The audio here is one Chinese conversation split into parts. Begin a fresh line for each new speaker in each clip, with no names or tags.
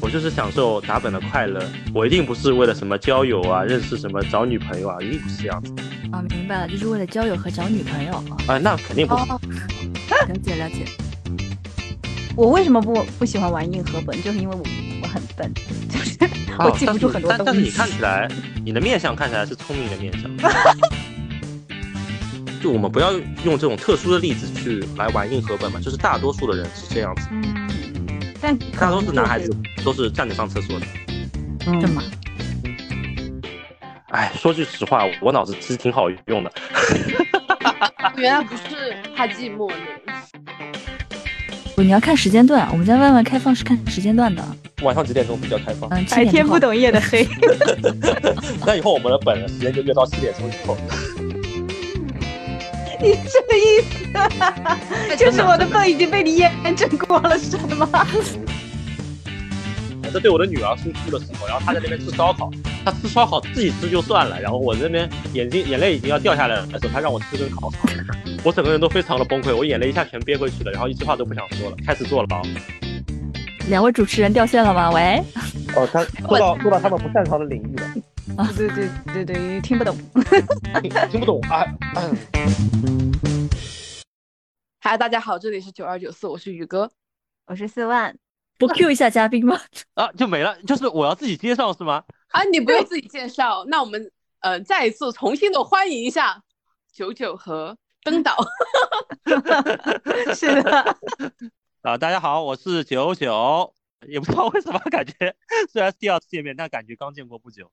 我就是享受打本的快乐，我一定不是为了什么交友啊、认识什么、找女朋友啊，一定不是这样子。
啊，明白了，就是为了交友和找女朋友啊。
啊，那肯定不是。
哦， 了解了解。
我为什么不不喜欢玩硬核本，就是因为我我很笨，就是我
哦
记不住很多
但是但
东
但是你
西。
看起来，你的面相看起来是聪明的面相。 就我们不要用这种特殊的例子去来玩硬核本嘛，就是大多数的人是这样子，
嗯，但可
大
能
多数男孩
就
子
是，
都是站着上厕所的。
这么
哎，说句实话，我脑子其实挺好用的。
原来不是怕寂寞的。
不，你要看时间段，我们在外面开放是看时间段的。
晚上几点钟比较开放？
嗯，七
白
点
天
之
不
后。
懂夜的黑。
那以后我们的本时间就约到七点钟以后。
你这个意思，就是我的笨已经被你验证过了，是吗？
我在对我的女儿输出的时候，然后她在那边吃烧烤，她吃烧烤自己吃就算了，然后我这边眼睛眼泪已经要掉下来了的时候，她让我吃根烤肠， 我整个人都非常的崩溃，我眼泪一下全憋回去了，然后一句话都不想说了，开始坐牢。
两位主持人掉线了吗？喂，
哦，她做到做到他们不擅长的领域了，
对对对对对，听不懂。
听不懂啊。
嗨，大家好，这里是九二九四，我是宇哥。
我是四万，
不 Q 一下嘉宾吗？
啊，就没了，就是我要自己介绍是吗？
啊，你不用自己介绍，那我们呃再一次重新的欢迎一下九九和登岛。
是的，
啊，大家好，我是九九，也不知道为什么感觉虽然是第二次见面，但感觉刚见过不久。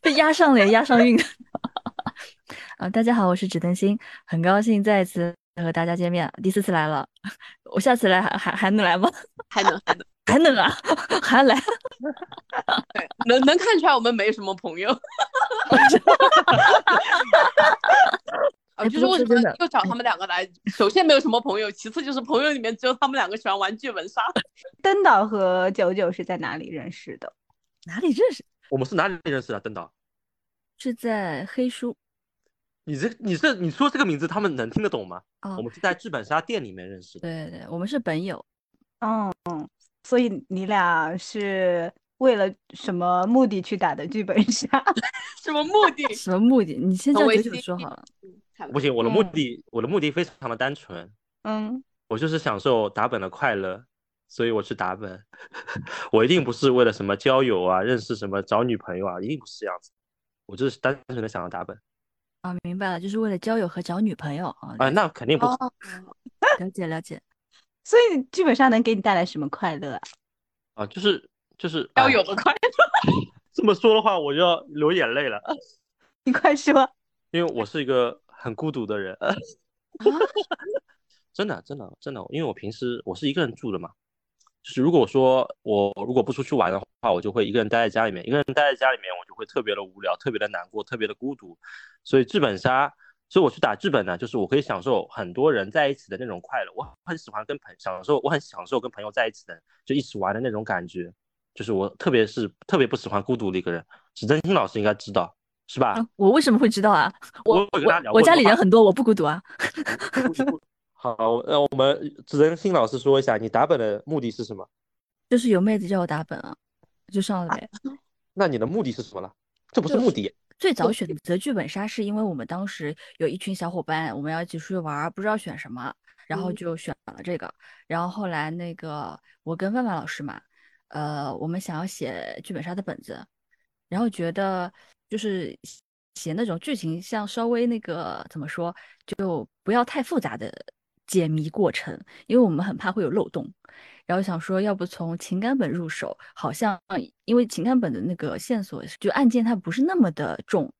被压上脸，压上韵。 啊，大家好，我是指灯芯，很高兴再一次和大家见面，第四次来了， 我下次来还还还能来吗？
还能还能
还能啊，还来。
能能看出来我们没什么朋友。啊，
哎
就是
不过说
为什么
真的
又找他们两个来？首先没有什么朋友，其次就是朋友里面只有他们两个喜欢玩剧本杀。
登岛和九九是在哪里认识的？
哪里认识？
我们是哪里认识的，邓导？
是在黑书
你这、你这、你说这个名字，他们能听得懂吗？
哦
我，们是在剧本杀店里面认识的。
对对对，我们是本友，
嗯，所以你俩是为了什么目的去打的剧本杀？
什么目的？
什么目的？你先叫
我已
九九
经
说好了。
嗯差不
不
多
行，我的目
嗯
的，我的目的非常的单纯，
嗯，
我就是享受打本的快乐，所以我去打本。 我一定不是为了什么交友啊、认识什么、找女朋友啊，一定不是这样子。我就是单纯的想要打本
啊，明白了，就是为了交友和找女朋友啊。
啊，那肯定不是。
哦，
了解了解。
所以剧本杀能给你带来什么快乐啊？
啊，就是就是
交
哎
友的快乐。
这么说的话，我就要流眼泪了，
你快说，
因为我是一个很孤独的人。 真的，啊真的，真的，因为我平时我是一个人住的嘛，就是如果说我如果不出去玩的话，我就会一个人待在家里面，一个人待在家里面，我就会特别的无聊，特别的难过，特别的孤独。所以剧本杀，所以我去打剧本呢，啊就是我可以享受很多人在一起的那种快乐。我很喜欢跟朋享受，我很享受跟朋友在一起的，就一起玩的那种感觉。就是我特别是特别不喜欢孤独的一个人，史珍青老师应该知道，是吧？
啊，我为什么会知道啊？我
我有跟大家聊
我
过
家
这个
里
话
人很多，我不孤独啊。
好，那我们只能听老师说一下，你打本的目的是什么？
就是有妹子叫我打本啊，就上了呗。
那你的目的是什么了？这不是
就是
目的，
最早选择剧本杀是因为我们当时有一群小伙伴，我们要一起出去玩儿，不知道选什么，然后
嗯
就选了这个。然后后来那个我跟万万老师嘛，呃，我们想要写剧本杀的本子，然后觉得就是写那种剧情像稍微那个怎么说，就不要太复杂的解谜过程，因为我们很怕会有漏洞。然后想说，要不从情感本入手，好像因为情感本的那个线索就案件它不是那么的重，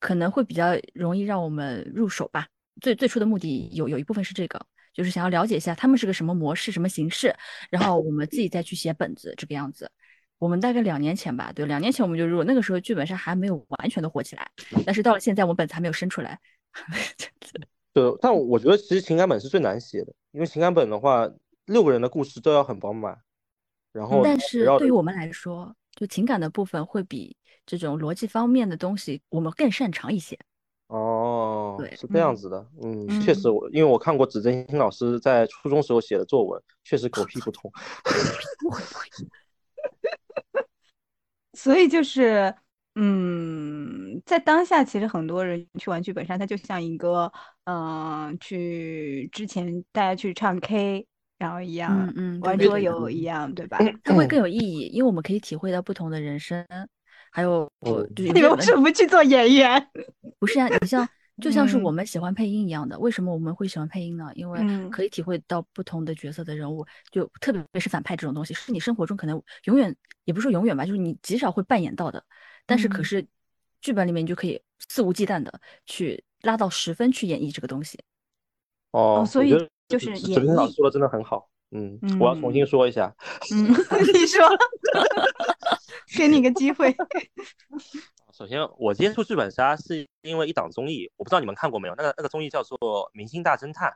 可能会比较容易让我们入手吧。最最初的目的有有一部分是这个，就是想要了解一下他们是个什么模式、什么形式，然后我们自己再去写本子这个样子。我们大概两年前吧，对，两年前我们就入，那个时候剧本杀还没有完全的火起来，但是到了现在，我们本子还没有生出来。
对，但我觉得其实情感本是最难写的，因为情感本的话，六个人的故事都要很饱满，然后
嗯但
它
是
围绕
对于
着
我们来说，就情感的部分会比这种逻辑方面的东西我们更擅长一些。对
哦是这样子的，嗯，
嗯
确实我，因为我看过指真心老师在初中时候写的作文，确实狗屁不通。
所以就是，嗯，在当下，其实很多人去玩剧本杀，它就像一个，嗯、去之前大家去唱 K，然后一样，
嗯嗯，
玩
对
桌
对
游一样，对吧？
它
嗯
会更有意义，因为我们可以体会到不同的人生，还有
嗯
就是有
你
些
们为
人
什么不去做演员？
不是啊，你 像就像是我
嗯
们喜欢配音一样的，为什么我们会喜欢配音呢？因为
嗯
可以体会到不同的角色的人物，就特别是反派这种东西，是你生活中可能永远也不是说永远吧，就是你极少会扮演到的，但是可
嗯
是剧本里面你就可以肆无忌惮的去拉到十分去演绎这个东西。
哦，
所
我
以
觉得
就是
指
演
真心老师
绎
说的真的很好，嗯，我要重新
嗯
说一下，
嗯， 你说，给你个机会。
首先，我接触剧本杀是因为一档综艺，我不知道你们看过没有？那个那个综艺叫做《明星大侦探》，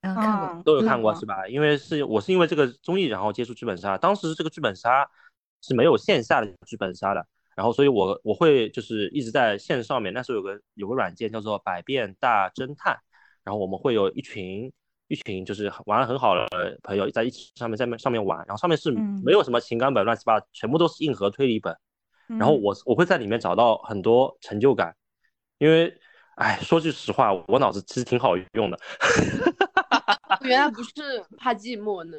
嗯，看过，
嗯
都有看过
嗯
是吧？因为是我是因为这个综艺，然后接触剧本杀。当时这个剧本杀是没有线下的剧本杀的，然后所以我我会就是一直在线上面。那时候有个有个软件叫做百变大侦探，然后我们会有一群一群就是很玩的很好的朋友在一起上面在面上面玩，然后上面是
嗯
没有什么情感本乱七八糟，全部都是硬核推理本。然后
嗯
我我会在里面找到很多成就感，因为，哎，说句实话，我脑子其实挺好用的，
原来不是怕寂寞呢。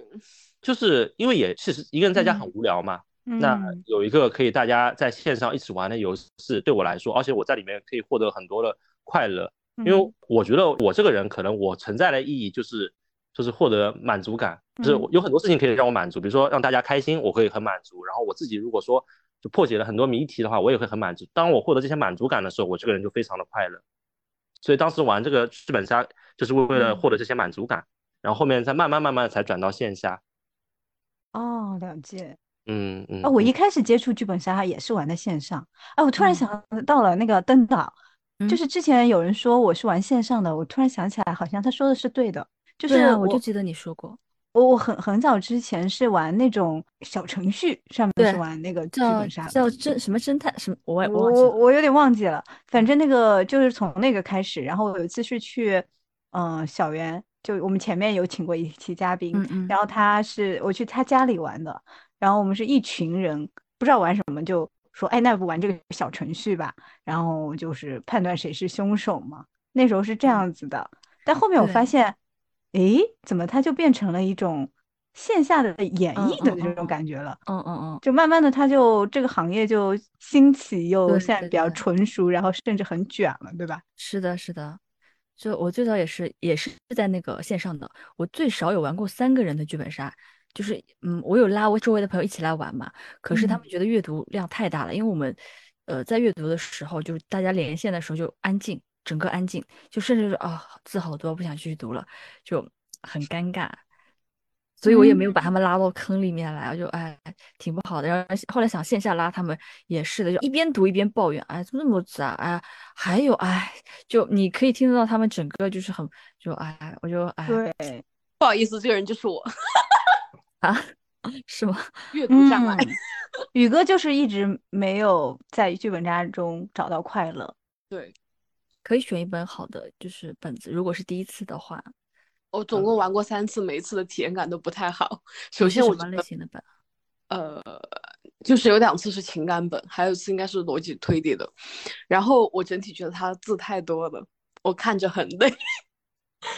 就是因为也确实一个人在家
嗯
很无聊嘛，那
嗯
有一个可以大家在线上一起玩的游戏，对我来说，而且我在里面可以获得很多的快乐，因为
嗯
我觉得我这个人可能我存在的意义就是就是获得满足感，就是
嗯
我有很多事情可以让我满足，比如说让大家开心，我可以很满足，然后我自己如果说就破解了很多谜题的话，我也会很满足。当我获得这些满足感的时候，我这个人就非常的快乐。所以当时玩这个剧本杀就是为了
嗯
获得这些满足感，然后后面再慢慢慢慢才转到线下。
哦，了解。
嗯嗯，
啊，我
嗯
一开始接触剧本杀也是玩的线上。哎、我突然
嗯
想到了那个登岛，
嗯
就是之前有人说我是玩线上的，我突然想起来，好像他说的是对的。就
对
是
啊，我
我
就记得你说过
我我很很早之前是玩那种小程序上面是
对
玩那个剧
叫
本杀的，
叫侦什么侦探什么，我也我
我
忘记了，
我有点忘记了，反正那个就是从那个开始，然后我有一次是去，嗯、小袁，就我们前面有请过一期嘉宾，
嗯嗯
然后他是我去他家里玩的，然后我们是一群人，不知道玩什么就说，哎，那要不玩这个小程序吧，然后就是判断谁是凶手嘛，那时候是这样子的，但后面我发
嗯对
现，诶，怎么它就变成了一种线下的演
嗯
绎的
嗯
那种
嗯
感觉了。
嗯嗯嗯，
就慢慢的，它就这个行业就兴起，又
对
现在
对
比较
对
纯熟，然后甚至很卷了，对吧？
是的，是的，就我最早也是也是在那个线上的，我最少有玩过三个人的剧本杀，就是嗯，我有拉我周围的朋友一起来玩嘛，可是他
嗯
们觉得阅读量太大了，因为我们呃在阅读的时候，就是大家连线的时候就安静，整个安静，就甚至是啊、字好多不想继续读了，就很尴尬。所以我也没有把他
嗯
们拉到坑里面来，我就哎挺不好的。然后后来想线下拉他们也是的，就一边读一边抱怨，哎怎么那么杂啊？哎还有哎，就你可以听得到他们整个就是很就哎，我就哎
对，
不好意思，这个人就是我，
啊，是吗？
阅读障碍
嗯。，宇哥就是一直没有在剧本杀中找到快乐。
对
可以选一本好的就是本子，如果是第一次的话，
我总共玩过三次，每一次的体验感都不太好。首
你
先
是
我
什
觉
么类
得
型的本？
就是有两次是情感本，还有一次应该是逻辑推理的。然后我整体觉得他字太多了，我看着很累。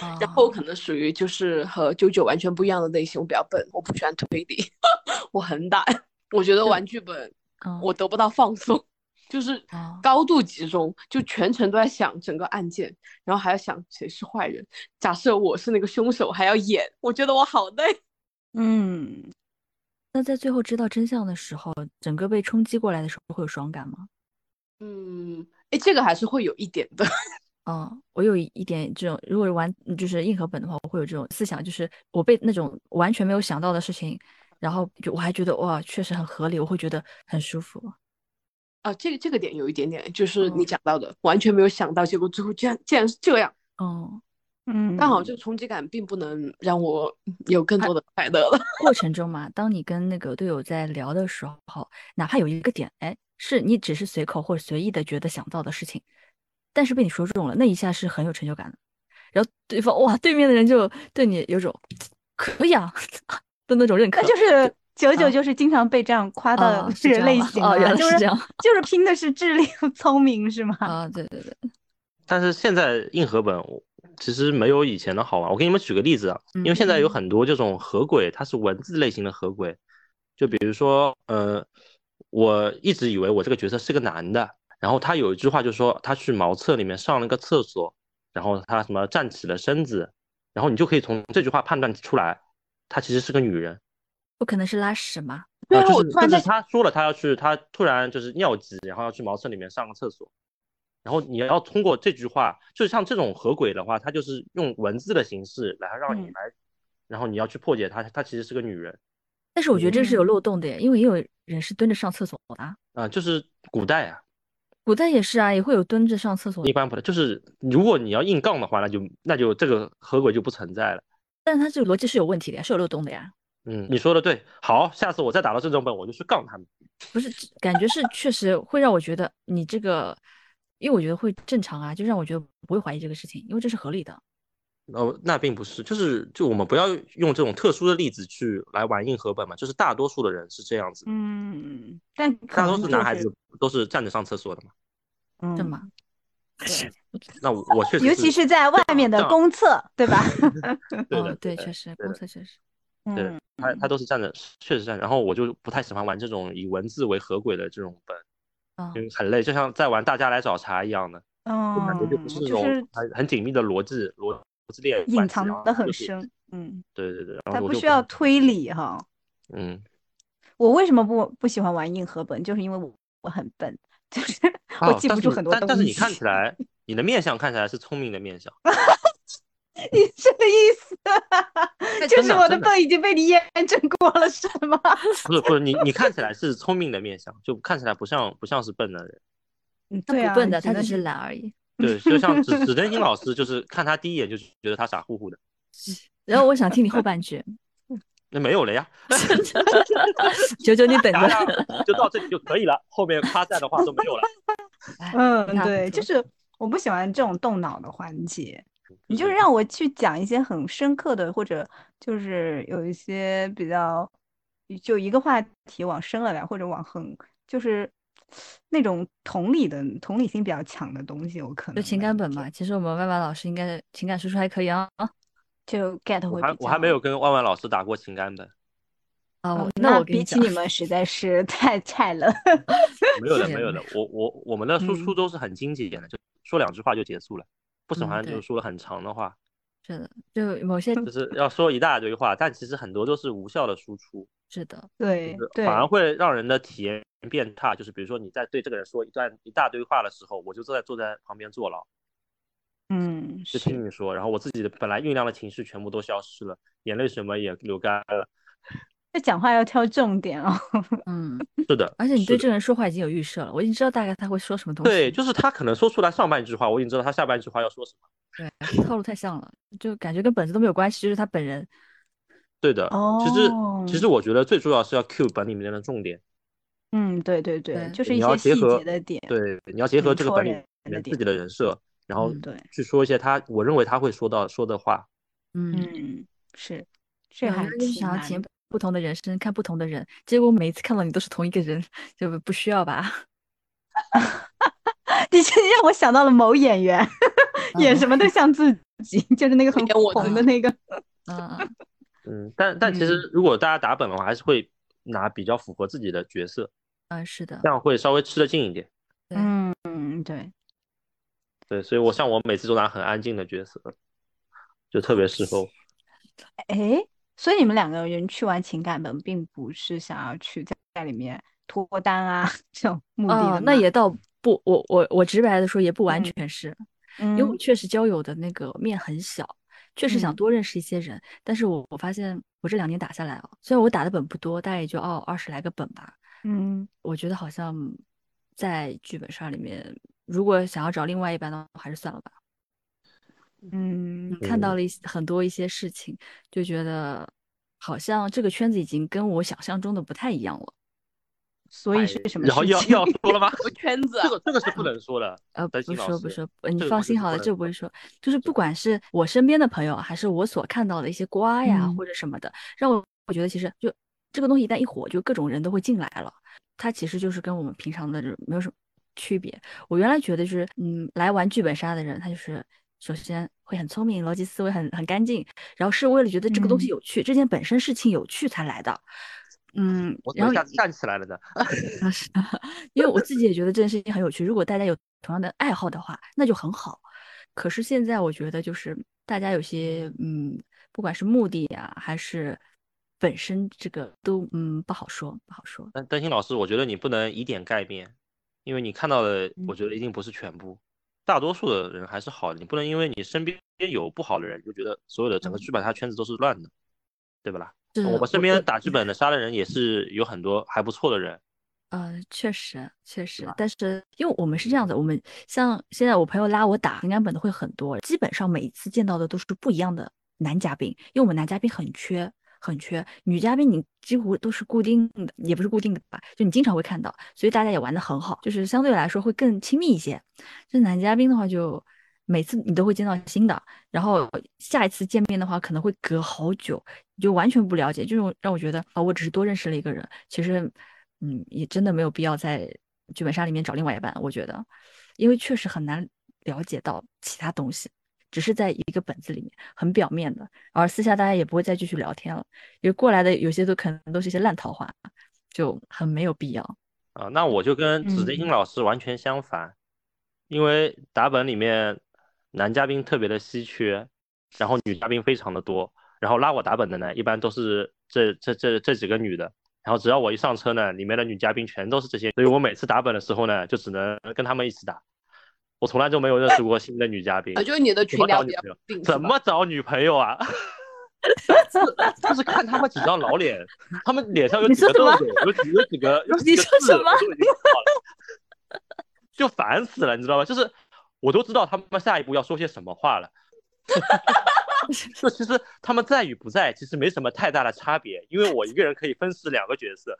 哦
然后我
啊
可能属于就是和九九完全不一样的类型，我比较笨，我不喜欢推理， 我很懒。我觉得玩剧本
嗯
我得不到放松，就是
哦
高度集中，就全程都在想整个案件，然后还要想谁是坏人。假设我是那个凶手，还要演，我觉得我好累。
嗯，
那在最后知道真相的时候，整个被冲击过来的时候会有爽感吗？
嗯，哎，这个还是会有一点的。
嗯，我有一点这种，如果玩嗯就是硬核本的话，我会有这种思想，就是我被那种完全没有想到的事情，然后就我还觉得哇，确实很合理，我会觉得很舒服。
啊，这个这个点有一点点，就是你
嗯
讲到的，完全没有想到，结果最后竟然竟然是这样。
嗯，
嗯，
但好，这个冲击感并不能让我有更多的快乐了。
过程中嘛，当你跟那个队友在聊的时候，哪怕有一个点，哎，是你只是随口或者随意的觉得想到的事情，但是被你说中了，那一下是很有成就感的。然后对方哇，对面的人就对你有种可以啊 的那种认可，
那就是九九
啊
就是经常被这样夸到
啊
的
是这
人
样
类
吗
型
哦
嘛
原来
就是
这样
就是拼的是智力和聪明是吗？
啊，对对对，
但是现在硬核本我其实没有以前的好玩。我给你们举个例子啊，因为现在有很多这种合轨，它是文字类型的合轨，就比如说，呃，我一直以为我这个角色是个男的，然后他有一句话就说他去茅厕里面上了个厕所，然后他什么站起了身子，然后你就可以从这句话判断出来，他其实是个女人。
不可能是拉屎嘛，
对
啊，
啊，
就
我
是
突然
就
在
是他说了，他要去，他突然就是尿急，然后要去茅厕里面上个厕所，然后你要通过这句话，就是像这种合轨的话，它就是用文字的形式来让你
嗯
来，然后你要去破解它，它其实是个女人
但是我觉得这是有
嗯
漏洞的耶，因为也有人是蹲着上厕所的啊，
啊、就是古代啊，
古代也是啊，也会有蹲着上厕所
一
的，
般不就是如果你要硬杠的话，那就那就这个合轨就不存在了。
但是它这个逻辑是有问题的呀，是有漏洞的呀，
嗯，你说的对，好，下次我再打到这种本，我就去杠他们。
不是，这感觉是确实会让我觉得你这个，因为我觉得会正常啊，就让我觉得不会怀疑这个事情，因为这是合理的。
呃，那并不是，就是就我们不要用这种特殊的例子去来玩硬核本嘛，就是大多数的人是这样子的。
嗯，但可
大多数
能就
男孩
是
子，都是站着上厕所的嘛。
嗯，
是吗？
对
那我我确实，
尤其是在外面的
样
公厕，对吧？
对
哦
的，
对，
的
确实，
对
公
的
厕确实，
对的
嗯，
他他都是站着，确实站着。然后我就不太喜欢玩这种以文字为合轨的这种本，
嗯
啊
因为很累，就像在玩大家来找茬一样的，就感觉就不
嗯，
是那
就
种
是
很很紧密的逻辑逻辑链关系，
隐藏
然后
的很
就是
深，嗯，
对对对，然
它
后我
不
就
需要推理哈。
嗯，
我为什么不不喜欢玩硬核本，就是因为我我很笨，就是我
哦
记
但
不
是
住
你
很多
但但是
东
你看
西
起 来，你的面相看起来是聪明的面相，
你这个意思，就
真
是
的
我的
真的
笨已经被你验证过了，是 吗？
不是不是你你看起来是聪明的面相，就看起来不像不像是笨的人。
嗯，
他
对啊，
不笨的，
只
他
能
只是懒而已。
对，就 像指指真心老师，就是看他第一眼就觉得他傻乎乎的，
然后我想听你后半句，
那没有了呀。
九九你等
达
着，
到就到这里就可以了，后面夸赞的话都没有了。
哎
嗯，
那
对，就
说
是我不喜欢这种动脑的环节。 你
嗯
就是让我去讲一些很深刻的，或者就是有一些比较，就一个话题往深了聊，或者往很就是那种同理的同理心比较强的东西，我可能
就情
能
感本嘛，其实我们万万老师应该情感输出还可以啊啊
就 get
我
会
嗯还
比
我还没
较
有跟万万老师打过情感 本，
啊，
哦
我
那
我跟
比
你
起
讲，
你们实在是太 菜了。
没有的
是
没有的，我我我们的输出
嗯
都是很精简的，就说两句话就结束了，不喜
嗯
欢
对
就说了很长的话，
是的，就某些
嗯
就是要说一大堆话，但其实很多都是无效的输出，
是的，
对
就是
对，
反而会让人的体验变差。就是比如说你在对这个人说一段一大堆话的时候，我就坐在坐在旁边坐牢。
嗯，
就是听你说，然后我自己的本来酝酿的情绪全部都消失了，眼泪什么也流干了。
那讲话要挑重点哦。
嗯，
是的，
而且你
是
对
的
这个人说话已经有预设了，我已经知道大概他会说什么东西。
对，就是他可能说出来上半句话，我已经知道他下半句话要说什么。
对，套路太像了，就感觉跟本子都没有关系，就是他本人。
对的，其实其实
哦
我觉得最重要是要 cue 本里面的重点，
嗯，对对
对
对，就是
你
一
要
些
结
细
合
节的点。
对，你要结合
嗯
这个
戳
本里
人的
面自
点
己的人设，然后
嗯对
去说一些他我认为他会说到说的话。
嗯，
嗯，是，这
有
还
的人就是
挺
想要
难
体 验不同的人生，看不同的人，结果每一次看到你都是同一个人， 就不需要吧？
的确让我想到了某演员，
嗯
演什么都像自己， 就是那个很
演我
红
自
的那个。
嗯嗯嗯，
嗯，但但其实如果大家打本的话，还是会拿比较符合自己的角色，
嗯，是的
这，样会稍微吃得近一点。
对
嗯嗯，对，
对，所以我像我每次都拿很安静的角色，就特别适合我。
哎，所以你们两个人去玩情感本，并不是想要去在在里面脱单啊 这种目的
哦
的，
那
吗
也倒不，我我我直白的说，也不完
嗯
全是，因为我
嗯
确实交友的那个面很小，确实想
嗯
多认识一些人，但是我我发现我这两年打下来啊，虽然我打的本不多，大概也就哦二十来个本吧，
嗯
我觉得好像在剧本杀里面，如果想要找另外一半的话，还是算了吧。嗯
嗯，
看到了一些很多一些事情，就觉得好像这个圈子已经跟我想象中的不太一样了。
所以是什么
哎然后
事
要
情？
要说了 吗？
圈子啊
这个这个是不能说 的。
呃，不
担心老
说不
师
说，呃你
这个
放
不是
心
不
好了，
能
这个不会说。就是不管是我身边的朋友，还是我所看到的一些瓜呀
嗯
或者什么的，让我我觉得其实就这个东西一旦一火，就各种人都会进来了。它其实就是跟我们平常的就是没有什么区别。我原来觉得就是，嗯，来玩剧本杀的人，他就是首先会很聪明，逻辑思维很很干净，然后是为了觉得这个东西
嗯
有趣，这件本身事情有趣才来的。嗯，
我怎
然
么
后
一下子站起来了呢？
啊，是啊，因为我自己也觉得这件事情很有趣。如果大家有同样的爱好的话，那就很好。可是现在我觉得，就是大家有些嗯，不管是目的呀、还是本身这个都嗯不好说，不好说。
但担心老师，我觉得你不能以点盖面，因为你看到的，我觉得一定不是全部。大多数的人还是好的，你不能因为你身边有不好的人，你就觉得所有的整个剧本杀圈子都是乱的，对吧啦？
是
我们身
我
边打剧本的杀的人也是有很多还不错的人，
呃，确实确实，但是因为我们是这样的，我们像现在我朋友拉我打情感本的会很多，基本上每一次见到的都是不一样的男嘉宾，因为我们男嘉宾很缺很缺，女嘉宾你几乎都是固定的，也不是固定的吧，就你经常会看到，所以大家也玩的很好，就是相对来说会更亲密一些。这男嘉宾的话就。每次你都会见到新的，然后下一次见面的话可能会隔好久，你就完全不了解，这种让我觉得啊、我只是多认识了一个人，其实，嗯，也真的没有必要在剧本杀里面找另外一半，我觉得，因为确实很难了解到其他东西，只是在一个本子里面很表面的，而私下大家也不会再继续聊天了，因为过来的有些都可能都是一些烂桃花，就很没有必要。
啊，那我就跟子珍英老师完全相反，因为打本里面男嘉宾特别的稀缺，然后女嘉宾非常的多，然后拉我打本的呢，一般都是这这这这几个女的，然后只要我一上车呢，里面的女嘉宾全都是这些，所以我每次打本的时候呢，就只能跟他们一起打，我从来就没有认识过新的女嘉宾
啊，，就是你的
怎
群
么
聊
找
比
女
较
朋友？
定，
怎么找女朋友 啊？就是看他们几张老脸，他们脸上有
你
几个
说什
痘
么
痘，有几有几个有几
你
个
说
痣，
什么
我都已经知道了，就烦死了，你知道吗？就是我都知道他们下一步要说些什么话了。 就其实他们在与不在，其实没什么太大的差别，因为我一个人可以分饰两个角色。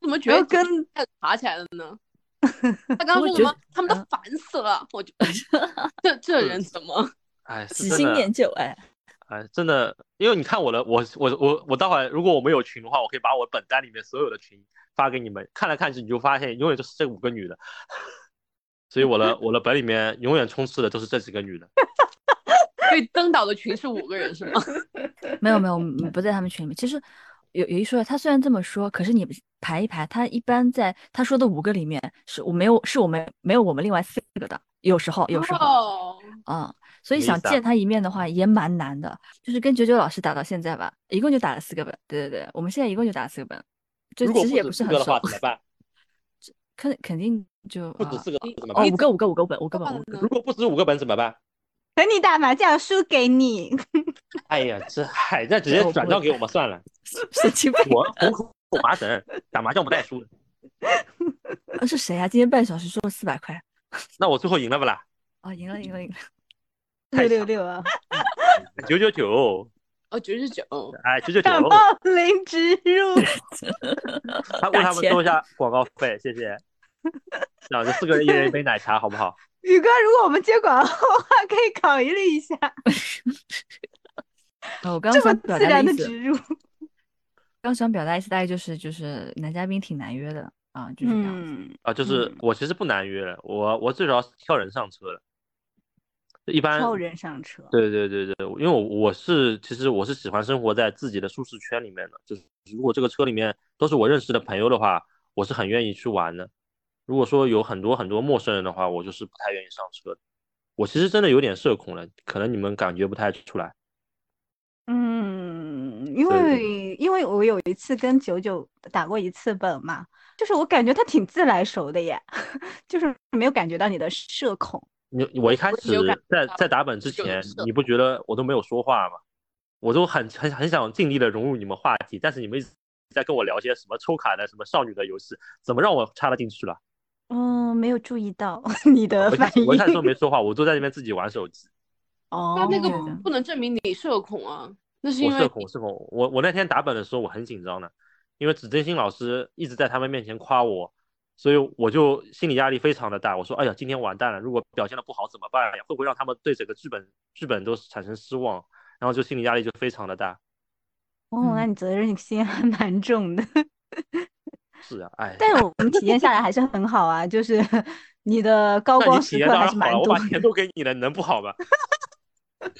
怎么觉
然后
得
跟
开始打起来了呢？他刚刚
我
说什
觉
么
得？
他们都烦死了，我就这这人怎么？
哎，是
喜
真
新
的
厌旧，哎，
哎，真的，因为你看我的，我我我我待会儿如果我们有群的话，我可以把我本单里面所有的群发给你们，看来看去你就发现永远就是这五个女的，所以我的我的本里面永远充斥的都是这几个女的。
所以登岛的群是五个人是吗？
没有没有，嗯不在他们群里面。其实有有一说，他虽然这么说，可是你排一排，他一般在他说的五个里面，是我没有，是我们没有我们另外四个的。有时候，有时候，
哦，
嗯，所以
什么意
想
思啊
见他一面的话也蛮难的。就是跟九九老师打到现在吧，一共就打了四个本。对对对，我们现在一共就打了四个本，就
如果
其实
不
也
止
不是
四
很
个的
熟
话，怎么办？
肯肯定就
不止
啊
四个怎么
哦
办？
五个五个五个本五个
怎么
本五 个
办呢
如？果不止五个本怎么办？
等你打麻将输给你，
哎呀，这嗨，那直接
哦我不
转账给我们算了。
神经病
我红口麻绳，打麻将不带输的，
啊！是谁啊？今天半小时收了四百块
那我最后赢了不啦？
啊！赢了赢了赢了！
六
太
六六啊，
九九九，
哦，九十九，
哎，九九九
打，暴林植入，
还为他们
打钱
收一下广告费，谢谢。这样就四个人一人一杯奶茶，好不好？
宇哥，如果我们接广告的话，可以考虑 一下
啊，我刚
这
刚
么
想表
自
达
然
的
的
意思。
植入。
刚想表达意思大概就是就是男嘉宾挺难约的啊，就是这样子。
嗯，
啊，就是
嗯
我其实不难约了，我我最早挑人上车了，一般
超人上车，
对对对对，因为我我是其实我是喜欢生活在自己的舒适圈里面的，就是如果这个车里面都是我认识的朋友的话，我是很愿意去玩的。如果说有很多很多陌生人的话，我就是不太愿意上车的。我其实真的有点社恐了，可能你们感觉不太出来。
嗯，因
对
为因为我有一次跟九九打过一次本嘛，就是我感觉他挺自来熟的耶， 就是没有感觉到你的社恐。
你我一开
我
始
也有感觉
在
到
在打本之
有点
前
社，
你不觉得我都没有说话吗？我都很很很想尽力的融入你们话题，但是你们一直在跟我聊些什么抽卡的、什么少女的游戏，怎么让我插得进去了？
嗯，没有注意到你的
哦我一
反
开始我一开始都
应。
没说话，我都在那边自己玩手机。
哦，
那那个
对的
不能证明你社恐啊，那是因
我
为
社恐，我社恐。我我那天打本的时候我很紧张的，因为指真心老师一直在他们面前夸我，所以我就心理压力非常的大。我说，哎呀，今天完蛋了，如果表现的不好怎么办呀？会不会让他们对整个剧本剧本都产生失望？然后就心理压力就非常的大。嗯
哦，那你责任心还蛮重的。
是啊，哎，
但是我们体验下来还是很好啊，就是 你的高
那你
光
体
时
验
刻
当
还
然好
是蛮
了，我
多
把。钱都给你了，能不好吗？
我就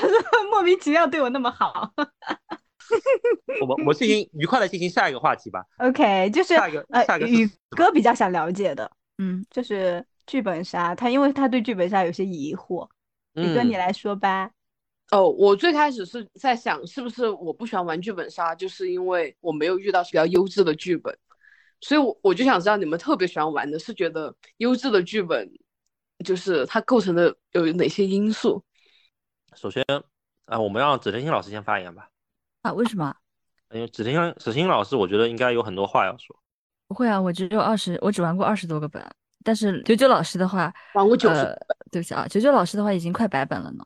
想说，莫名其妙对我那么好。
我们我们进行愉快的进行下一个话题吧。
OK，就是
下一个
呃
下一，个是
宇
什么
哥比较想了解的，
嗯，
就是剧本杀，他因为他对剧本杀有些疑惑，宇哥你
嗯
来说吧。
哦，我最开始是在想，是不是我不喜欢玩剧本杀，就是因为我没有遇到比较优质的剧本，所以我我就想知道你们特别喜欢玩的是觉得优质的剧本，就是它构成的有哪些因素？
啊，我们让指真心老师先发言吧，
啊，为什么？
因为指真心指真心老师，我觉得应该有很多话要说。
不会啊，我只有二十，我只玩过二十多个本，但是九九老师的话，
玩过九十
呃，对不起啊，九九老师的话已经快百本了呢。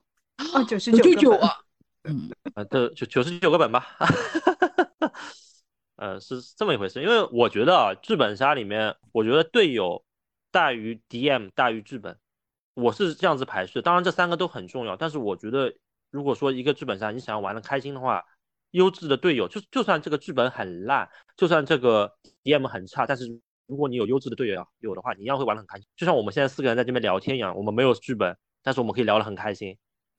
哦，九十
九
九
九 啊，
嗯，
啊，对，九九十九个本吧。 呃，是这么一回事，因为我觉得啊，剧本杀里面，我觉得队友大于 DM 大于剧本，我是这样子排序。当然，这三个都很重要，但是我觉得，如果说一个剧本杀你想要玩的开心的话，优质的队友，就就算这个剧本很烂，就算这个 DM 很差，但是如果你有优质的队友有的话，你一样会玩的很开心。就像我们现在四个人在这边聊天一样，我们没有剧本，但是我们可以聊得很开心。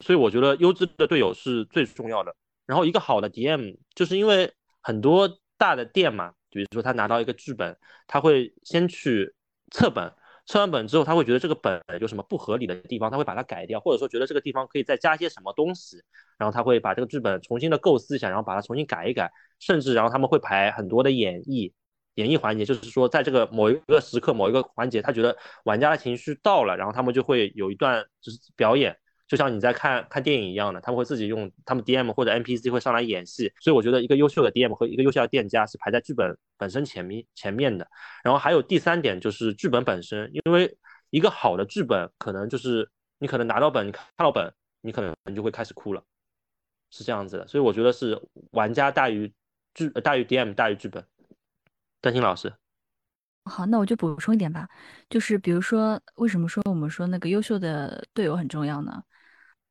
所以我觉得优质的队友是最重要的。然后一个好的 DM，就是因为很多大的店嘛，比如说他拿到一个剧本，他会先去测本，测完本之后，他会觉得这个本有什么不合理的地方，他会把它改掉，或者说觉得这个地方可以再加些什么东西，然后他会把这个剧本重新的构思一下，然后把它重新改一改，甚至然后他们会排很多的演绎。演绎环节就是说，在这个某一个时刻、某一个环节，他觉得玩家的情绪到了，然后他们就会有一段就是表演，就像你在看看电影一样的，他们会自己用他们 DM 或者 NPC 会上来演戏，所以我觉得一个优秀的 DM 和一个优秀的店家是排在剧本本身前面前面的。然后还有第三点就是剧本本身，因为一个好的剧本可能就是你可能拿到本，你看到本，你可能你就会开始哭了，是这样子的。所以我觉得是玩家大于剧呃大于 DM 大于剧本。邓鑫老师，
好，那我就补充一点吧，就是比如说，为什么说我们说那个优秀的队友很重要呢？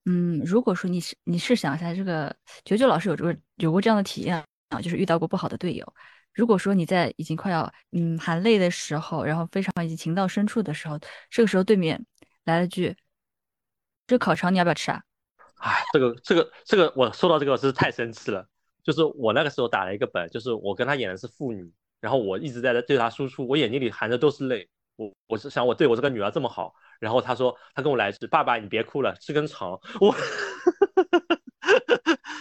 嗯，如果说你是你试想一下，这个九九老师有这个有过这样的体验啊，就是遇到过不好的队友。如果说你在已经快要嗯含泪的时候，然后非常已经情到深处的时候，这个时候对面来了句：“这烤肠你要不要吃啊？”
哎，这个这个这个，我说到这个我真是太生气了。就是我那个时候打了一个本，就是我跟他演的是妇女，然后我一直在对他输出，我眼睛里含的都是泪。我我是想我对我这个女儿这么好，然后他说他跟我来一句：“爸爸，你别哭了，吃根肠。”我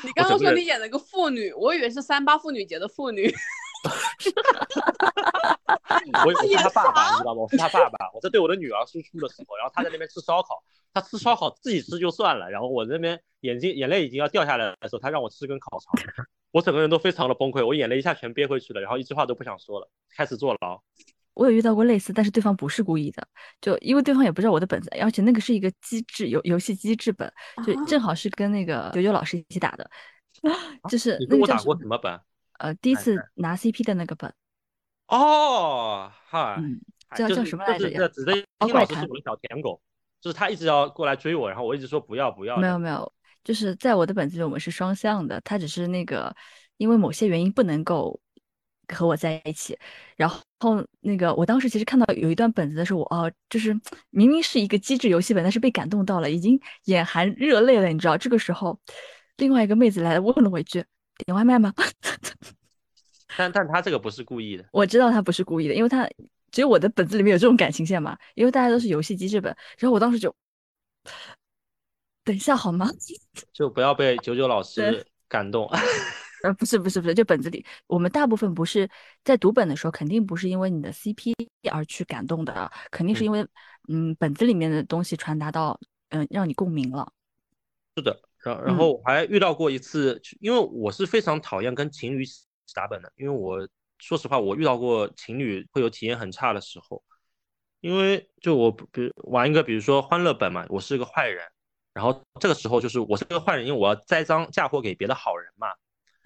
你刚
我
刚
整个
说
人
你演了个妇女，我以为是三八妇女节的妇女。
我我是他爸爸，你知道吗？我是他爸爸，我在对我的女儿输出的时候，然后他在那边吃烧烤，他吃烧烤自己吃就算了，然后我那边眼睛眼泪已经要掉下来的时候，他让我吃根烤肠，我整个人都非常的崩溃，我眼泪一下全憋回去了，然后一句话都不想说了，开始坐牢。
我有遇到过类似，但是对方不是故意的，就因为对方也不知道我的本子，而且那个是一个机制游游戏机制本，就
啊
正好是跟那个九九老师一起打 的，就是
你
那
跟
个
我
叫
打
什
过
么
什么本？
呃，第一
哎
次拿 CP 的那个本，
哦，嗨，
嗯，
哎
叫
就
叫
是
什么
就
来着
是那
呀
只是
哦
金
怪
老师是
谈
我的小舔狗，就是他一直要过来追我，然后我一直说不要不要的。
没有没有，就是在我的本子里我们是双向的，他只是那个因为某些原因不能够和我在一起，然后那个我当时其实看到有一段本子的时候，我哦，就是明明是一个机制游戏本，但是被感动到了，已经眼含热泪了，你知道，这个时候另外一个妹子来问了我一句：“点外卖吗？”
但但他这个不是故意的。
我知道他不是故意的，因为他只有我的本子里面有这种感情线嘛，因为大家都是游戏机制本，然后我当时就 等一下好吗？
就不要被九九老师
对
感动。
呃，不是不是不是，就本子里，我们大部分不是在读本的时候，肯定不是因为你的 CP 而去感动的啊，肯定是
嗯
因为，嗯，本子里面的东西传达到，嗯、让你共鸣 了。
然然后我还遇到过一次，因为我是非常讨厌跟情侣一起打本的，因为我说实话，我遇到过情侣会有体验很差的时候，因为就我比如玩一个，比如说欢乐本嘛，我是个坏人，然后这个时候就是我是个坏人，因为我要栽赃嫁祸给别的好人嘛，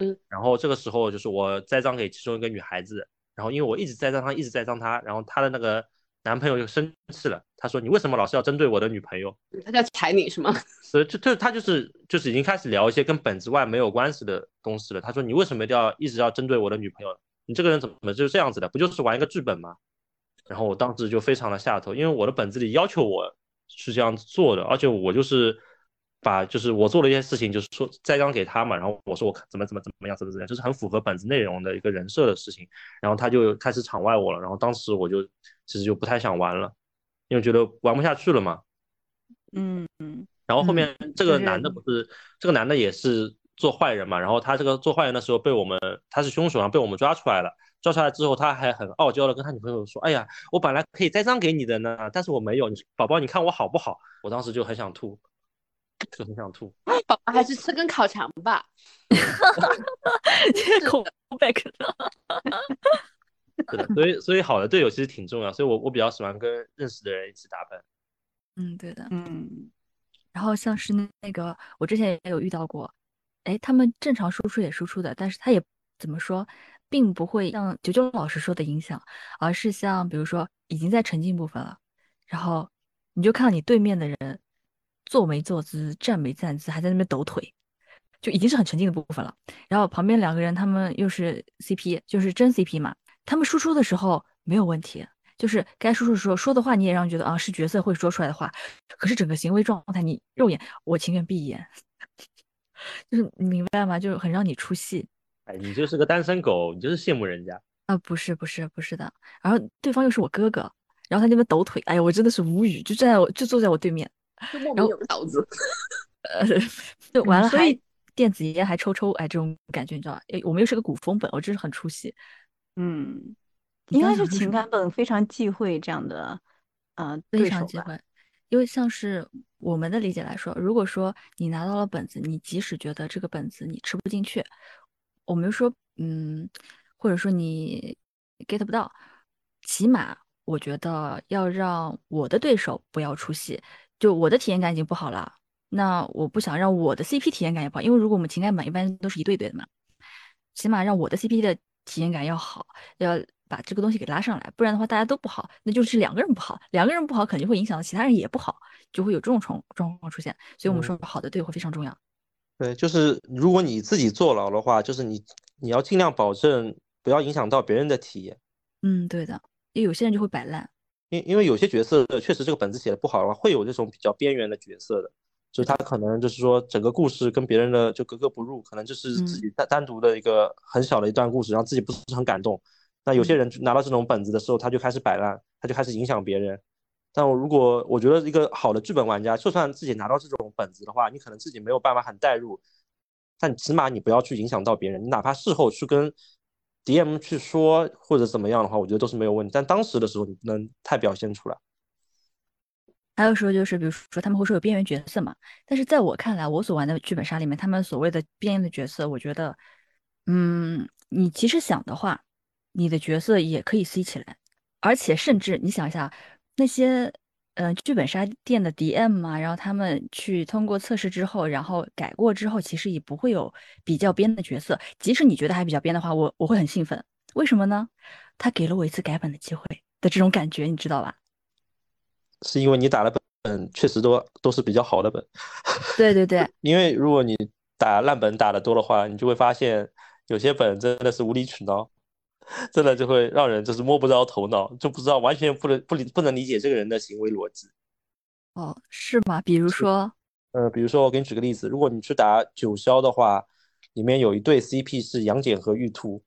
嗯，
然后这个时候就是我栽赃给其中一个女孩子，然后因为我一直栽赃她，一直栽赃她，然后她的那个男朋友就生气了，他说你为什么老是要针对我的女朋友？
他在踩你是吗？
所以就就他就是就是已经开始聊一些跟本子外没有关系的东西了。他说你为什么一定要一直要针对我的女朋友？你这个人怎么就是这样子的？不就是玩一个剧本吗？然后我当时就非常的下头，因为我的本子里要求我是这样做的，而且我就是把就是我做了一些事情，就是说栽赃给他嘛，然后我说我怎么怎么怎么样怎么怎么样，就是很符合本子内容的一个人设的事情，然后他就开始场外我了，然后当时我就其实就不太想玩了，因为觉得玩不下去了嘛。
嗯嗯，
然后后面这
就
个
是
男的不是这个男的也是做坏人嘛，然后他这个做坏人的时候被我们他是凶手，然后被我们抓出来了。抓出来之后，他还很傲娇的跟他女朋友说：“哎呀，我本来可以栽赃给你的呢，但是我没有，你宝宝你看我好不好？”我当时就很想吐，就很想吐。
宝宝还是吃根烤肠吧。
这个口 back 了。
是的，所以所以好的队友其实挺重要，所以我我比较喜欢跟认识的人一起打本。
嗯，对的。
嗯，
然后像是那那个，我之前也有遇到过，哎，他们正常输出也输出的，但是他也怎么说，并不会像九九老师说的影响，而是像比如说已经在沉浸部分了，然后你就看到你对面的人坐没坐姿，站没站姿，还在那边抖腿，就已经是很沉浸的部分了。然后旁边两个人他们又是 CP，就是真 CP 嘛，他们输出的时候没有问题。就是该输出的时候说的话，你也让人觉得啊是角色会说出来的话，可是整个行为状态，你肉眼我情愿闭眼， 就是你明白吗？就是很让你出戏
哎，你就是个单身狗，你就是羡慕人家。
啊！不是不是不是的，然后对方又是我哥哥，然后他那边抖腿，哎呀，我真的是无语，就站在我就坐在我对面，
就莫名有脑子，
呃，就完
嗯
了
所
还
以
电子烟还抽抽，哎，这种感觉你知道吧？哎我们又是个古风本，我真是很出戏。
嗯，
你
应
刚
该
想
是
说什么
情感本非常忌讳这样的呃
非
对
常
手
忌
吧。
讳，因为像是我们的理解来说，如果说你拿到了本子，你即使觉得这个本子你吃不进去，我们说，嗯，或者说你 get 不到，起码我觉得要让我的对手不要出戏，就我的体验感已经不好了，那我不想让我的 CP 体验感也不好，因为如果我们情感本一般都是一对一对的嘛，起码让我的 CP 的体验感要好，要把这个东西给拉上来，不然的话大家都不好，那就是两个人不好，两个人不好肯定会影响到其他人也不好，就会有这种状状况出现。所以我们
嗯
说好的队友会非常重要。
对，就是如果你自己坐牢的话，就是你你要尽量保证不要影响到别人的体验。
嗯，对的，因为有些人就会摆烂。
因因为有些角色确实这个本子写的不好的话，会有这种比较边缘的角色的，就是他可能就是说整个故事跟别人的就格格不入，可能就是自己单单独的一个很小的一段故事，让自己不是很感动。那有些人拿到这种本子的时候，他就开始摆烂，他就开始影响别人。但我如果我觉得一个好的剧本玩家，就算自己拿到这种本子的话，你可能自己没有办法很代入，但起码你不要去影响到别人，你哪怕事后去跟 DM 去说或者怎么样的话，我觉得都是没有问题。但当时的时候你不能太表现出来。
还有时候就是，比如说他们会说有边缘角色嘛，但是在我看来，我所玩的剧本杀里面，他们所谓的边缘的角色，我觉得，嗯，你其实想的话，你的角色也可以 C 起来，而且甚至你想一下，那些呃剧本杀店的 DM 嘛，然后他们去通过测试之后，然后改过之后，其实也不会有比较边的角色，即使你觉得还比较边的话，我我会很兴奋，为什么呢？他给了我一次改本的机会的这种感觉，你知道吧？
是因为你打的本确实都都是比较好的本，
对对对。
因为如果你打烂本打的多的话，你就会发现有些本真的是无理取闹，真的就会让人就是摸不着头脑，就不知道完全不能不理不能理解这个人的行为逻辑。
哦，是吗？比如说，
呃，比如说我给你举个例子，如果你去打九霄的话，里面有一对 CP 是杨戬和玉兔，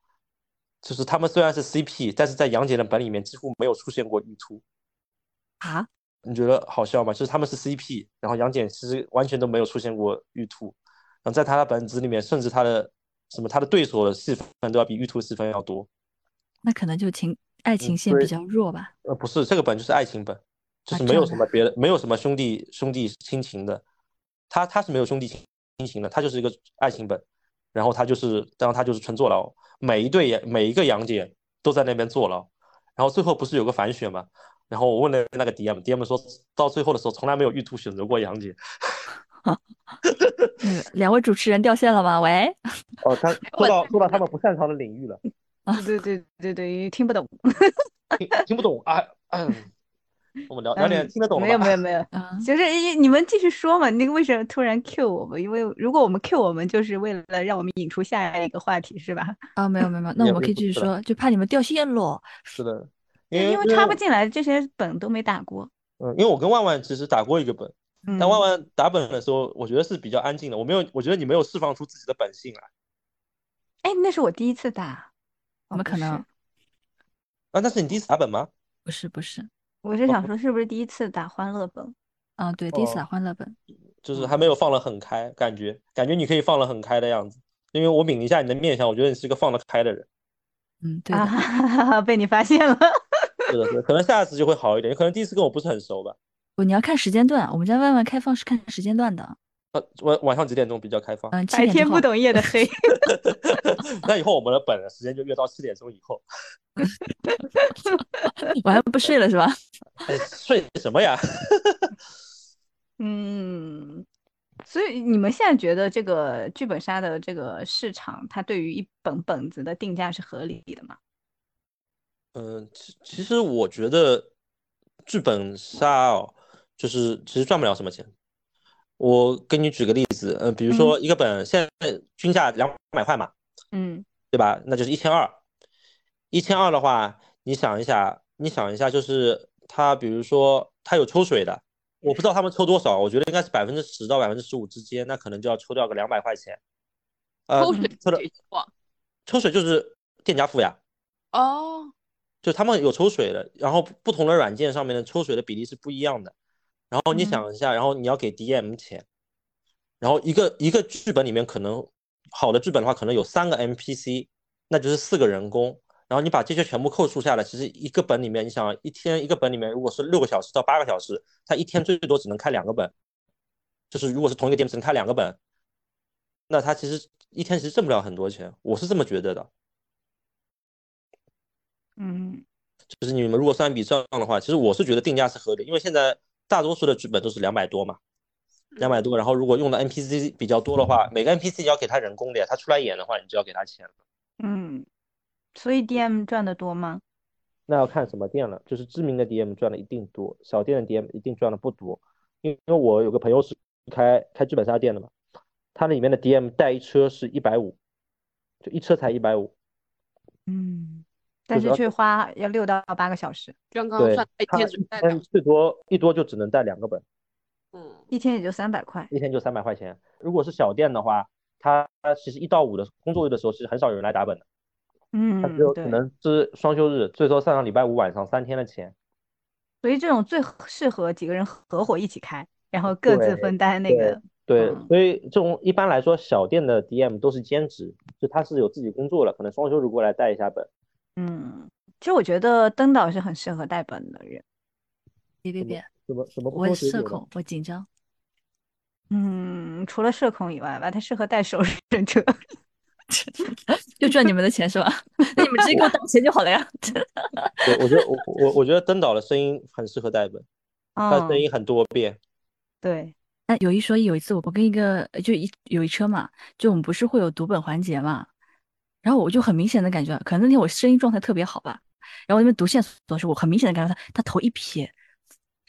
就是他们虽然是 CP，但是在杨戬的本里面几乎没有出现过玉兔。
啊，
你觉得好笑吗？就是他们是 CP，然后杨戬其实完全都没有出现过玉兔，然后在他的本子里面，甚至他的什么他的对手的戏份都要比玉兔戏份要多。
那可能就情爱情线比
嗯对
较弱吧。
呃，不是，这个本就是爱情本，就
啊
是
这
没有
样
什
的
么别的，没有什么兄弟兄弟亲情的，他他是没有兄弟亲亲情的，他就是一个爱情本，然后他就是，然后他就是纯坐牢，每一对杨每一个杨戬都在那边坐牢，然后最后不是有个反选嘛，然后我问了那个 DM，DM 说到最后的时候从来没有玉兔选择过杨戬，
那个两位主持人掉线了吗？喂，
哦， 他说到说到他们不擅长的领域了，
对对对对，听不懂。
听听不懂啊。嗯我们聊聊点听得懂的
嗯 没有
吧
没有没有，
啊，
就是一你们继续说嘛。那个为什么突然 Q 我们？因为如果我们 Q 我们，就是为了让我们引出下一个话题，是吧？
啊，没有没有没有，那我
也
们可以
不
继续
是了
说，就怕你们掉线喽。
是的，因为
因为插不进来，这些本都没打过。
嗯，因为我跟万万其实打过一个本，
嗯，
但万万打本的时候，我觉得是比较安静的，我没有，我觉得你没有释放出自己的本性来
哎，那是我第一次打，
怎么
哦
可能？
啊。那是你第一次打本吗？
不是不是，
不是我是想说，是不是第一次打欢乐本？
啊，对，第一次打
哦
欢乐本，
就是还没有放得很开，感觉感觉你可以放得很开的样子，因为我抿了一下你的面相，我觉得你是一个放得开的人。
嗯，对的，
啊， 被你发现了。
是的，是的，可能下次就会好一点，有可能第一次跟我不是很熟吧。
哦不，你要看时间段，我们家万万开放是看时间段的，
呃，晚晚上几点钟比较开放？
嗯，七
白
点之
天不
后，
懂夜的黑，
那以后我们的本时间就越到七点钟以后。
晚上不睡了是吧？
哎，睡什么呀？
嗯，所以你们现在觉得这个剧本杀的这个市场，它对于一本本子的定价是合理的吗？
嗯，其其实我觉得剧本杀哦，就是其实赚不了什么钱。我给你举个例子，嗯、比如说一个本现在均价两百块嘛，
嗯
对吧？那就是一千二，一千二的话，你想一下，你想一下，就是它，比如说它有抽水的，我不知道他们抽多少，我觉得应该是百分之十到百分之十五之间，那可能就要抽掉个两百块钱。呃，
抽水
抽的
解决
抽水就是店家付呀，
哦，
就他们有抽水的，然后不同的软件上面的抽水的比例是不一样的。然后你
嗯
想一下，然后你要给 DM 钱，然后一个一个剧本里面可能好的剧本的话，可能有三个 NPC，那就是四个人工。然后你把这些全部扣除下来，其实一个本里面，你想一天一个本里面，如果是六个小时到八个小时，他一天最多只能开两个本，就是如果是同一个 DM 只能开两个本，那他其实一天其实挣不了很多钱，我是这么觉得的。
嗯
就是你们如果算笔账的话，其实我是觉得定价是合理，因为现在大多数的剧本都是两百多嘛，两百多。然后如果用的 NPC 比较多的话，每个 NPC 你要给他人工的呀，他出来演的话，你就要给他钱了。
嗯，所以 DM 赚的多吗？
那要看什么店了，就是知名的 DM 赚的一定多，小店的 DM 一定赚的不多。因为因为我有个朋友是开开剧本杀店的嘛，他里面的 DM 带一车是一百五，就一车才一百五。
嗯，但
主
是
要
却花要六到八个小时，
刚刚
对
哦算一
他嗯
天只带
但
两，
最多一多就只能带两个本。
嗯，
一天也就三百块。
一天就三百块钱。如果是小店的话，他其实一到五的工作日的时候，其实很少有人来打本的，他
嗯
只有，可
对。
能是双休日，最多算上礼拜五晚上三天的钱。
所以这种最合适合几个人合伙一起开，然后各自
对
分担那
对
个。
对，
嗯
所以这种一般来说，小店的 DM 都是兼职，就他是有自己工作了，可能双休日过来带一下本。
嗯，其实我觉得登岛是很适合带本的人。
别别别，
怎么怎么
我
不
社恐，我紧张，
嗯，除了社恐以外吧，他适合带熟人 车。
就赚你们的钱是吧？ 那你们直接给我打钱就好了呀。
对，我觉得我我我觉得登岛的声音很适合带本，他的声
嗯，
音很多变。
对，
但有一说一，有一次我我跟一个就一有一车嘛，就我们不是会有读本环节嘛，然后我就很明显的感觉，可能那天我声音状态特别好吧，然后我那边读线索的时候，我很明显的感觉到他他头一撇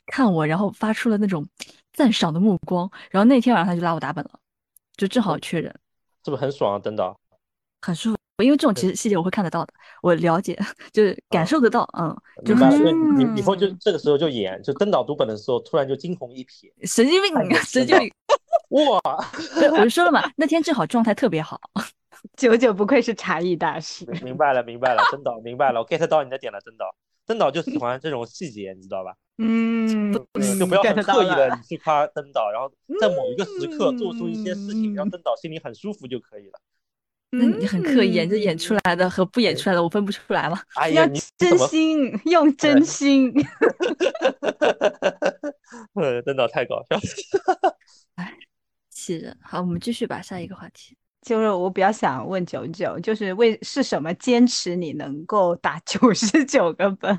看我，然后发出了那种赞赏的目光，然后那天晚上他就拉我打本了，就正
哦
好确认，
是不是很爽啊？登岛，
很舒服，因为这种其实细节我会看得到的，我了解，就是感
哦
受得到，嗯，就
明白
很
了，
舒
就你以后就
嗯
这个时候就演，就登岛读本的时候，突然就惊鸿一瞥，
神经病
看见，
神
知
经
道
病，
哇，
对，我就说了嘛，那天正好状态特别好，
久久不愧是茶艺大师。
明明白了，明白了，真导明白了，我 get 到你的点了，真导，真导就喜欢这种细节，你知道吧？
嗯，
嗯就不要很
get 到
刻意
了
的你去夸登导，然后在某一个时刻做出一些事情，让
嗯
登导心里很舒服就可以了。
那你很刻意演，这演出
嗯
来的和不演出来的，我分不出来 嘛。
哎呀，
要
你
真
怎 么？
心，用真心。
呃，登导太搞 笑了。
气人。好，我们继续吧，下一个话题。
就是我比较想问九九，就是为是什么坚持你能够打九十九个本？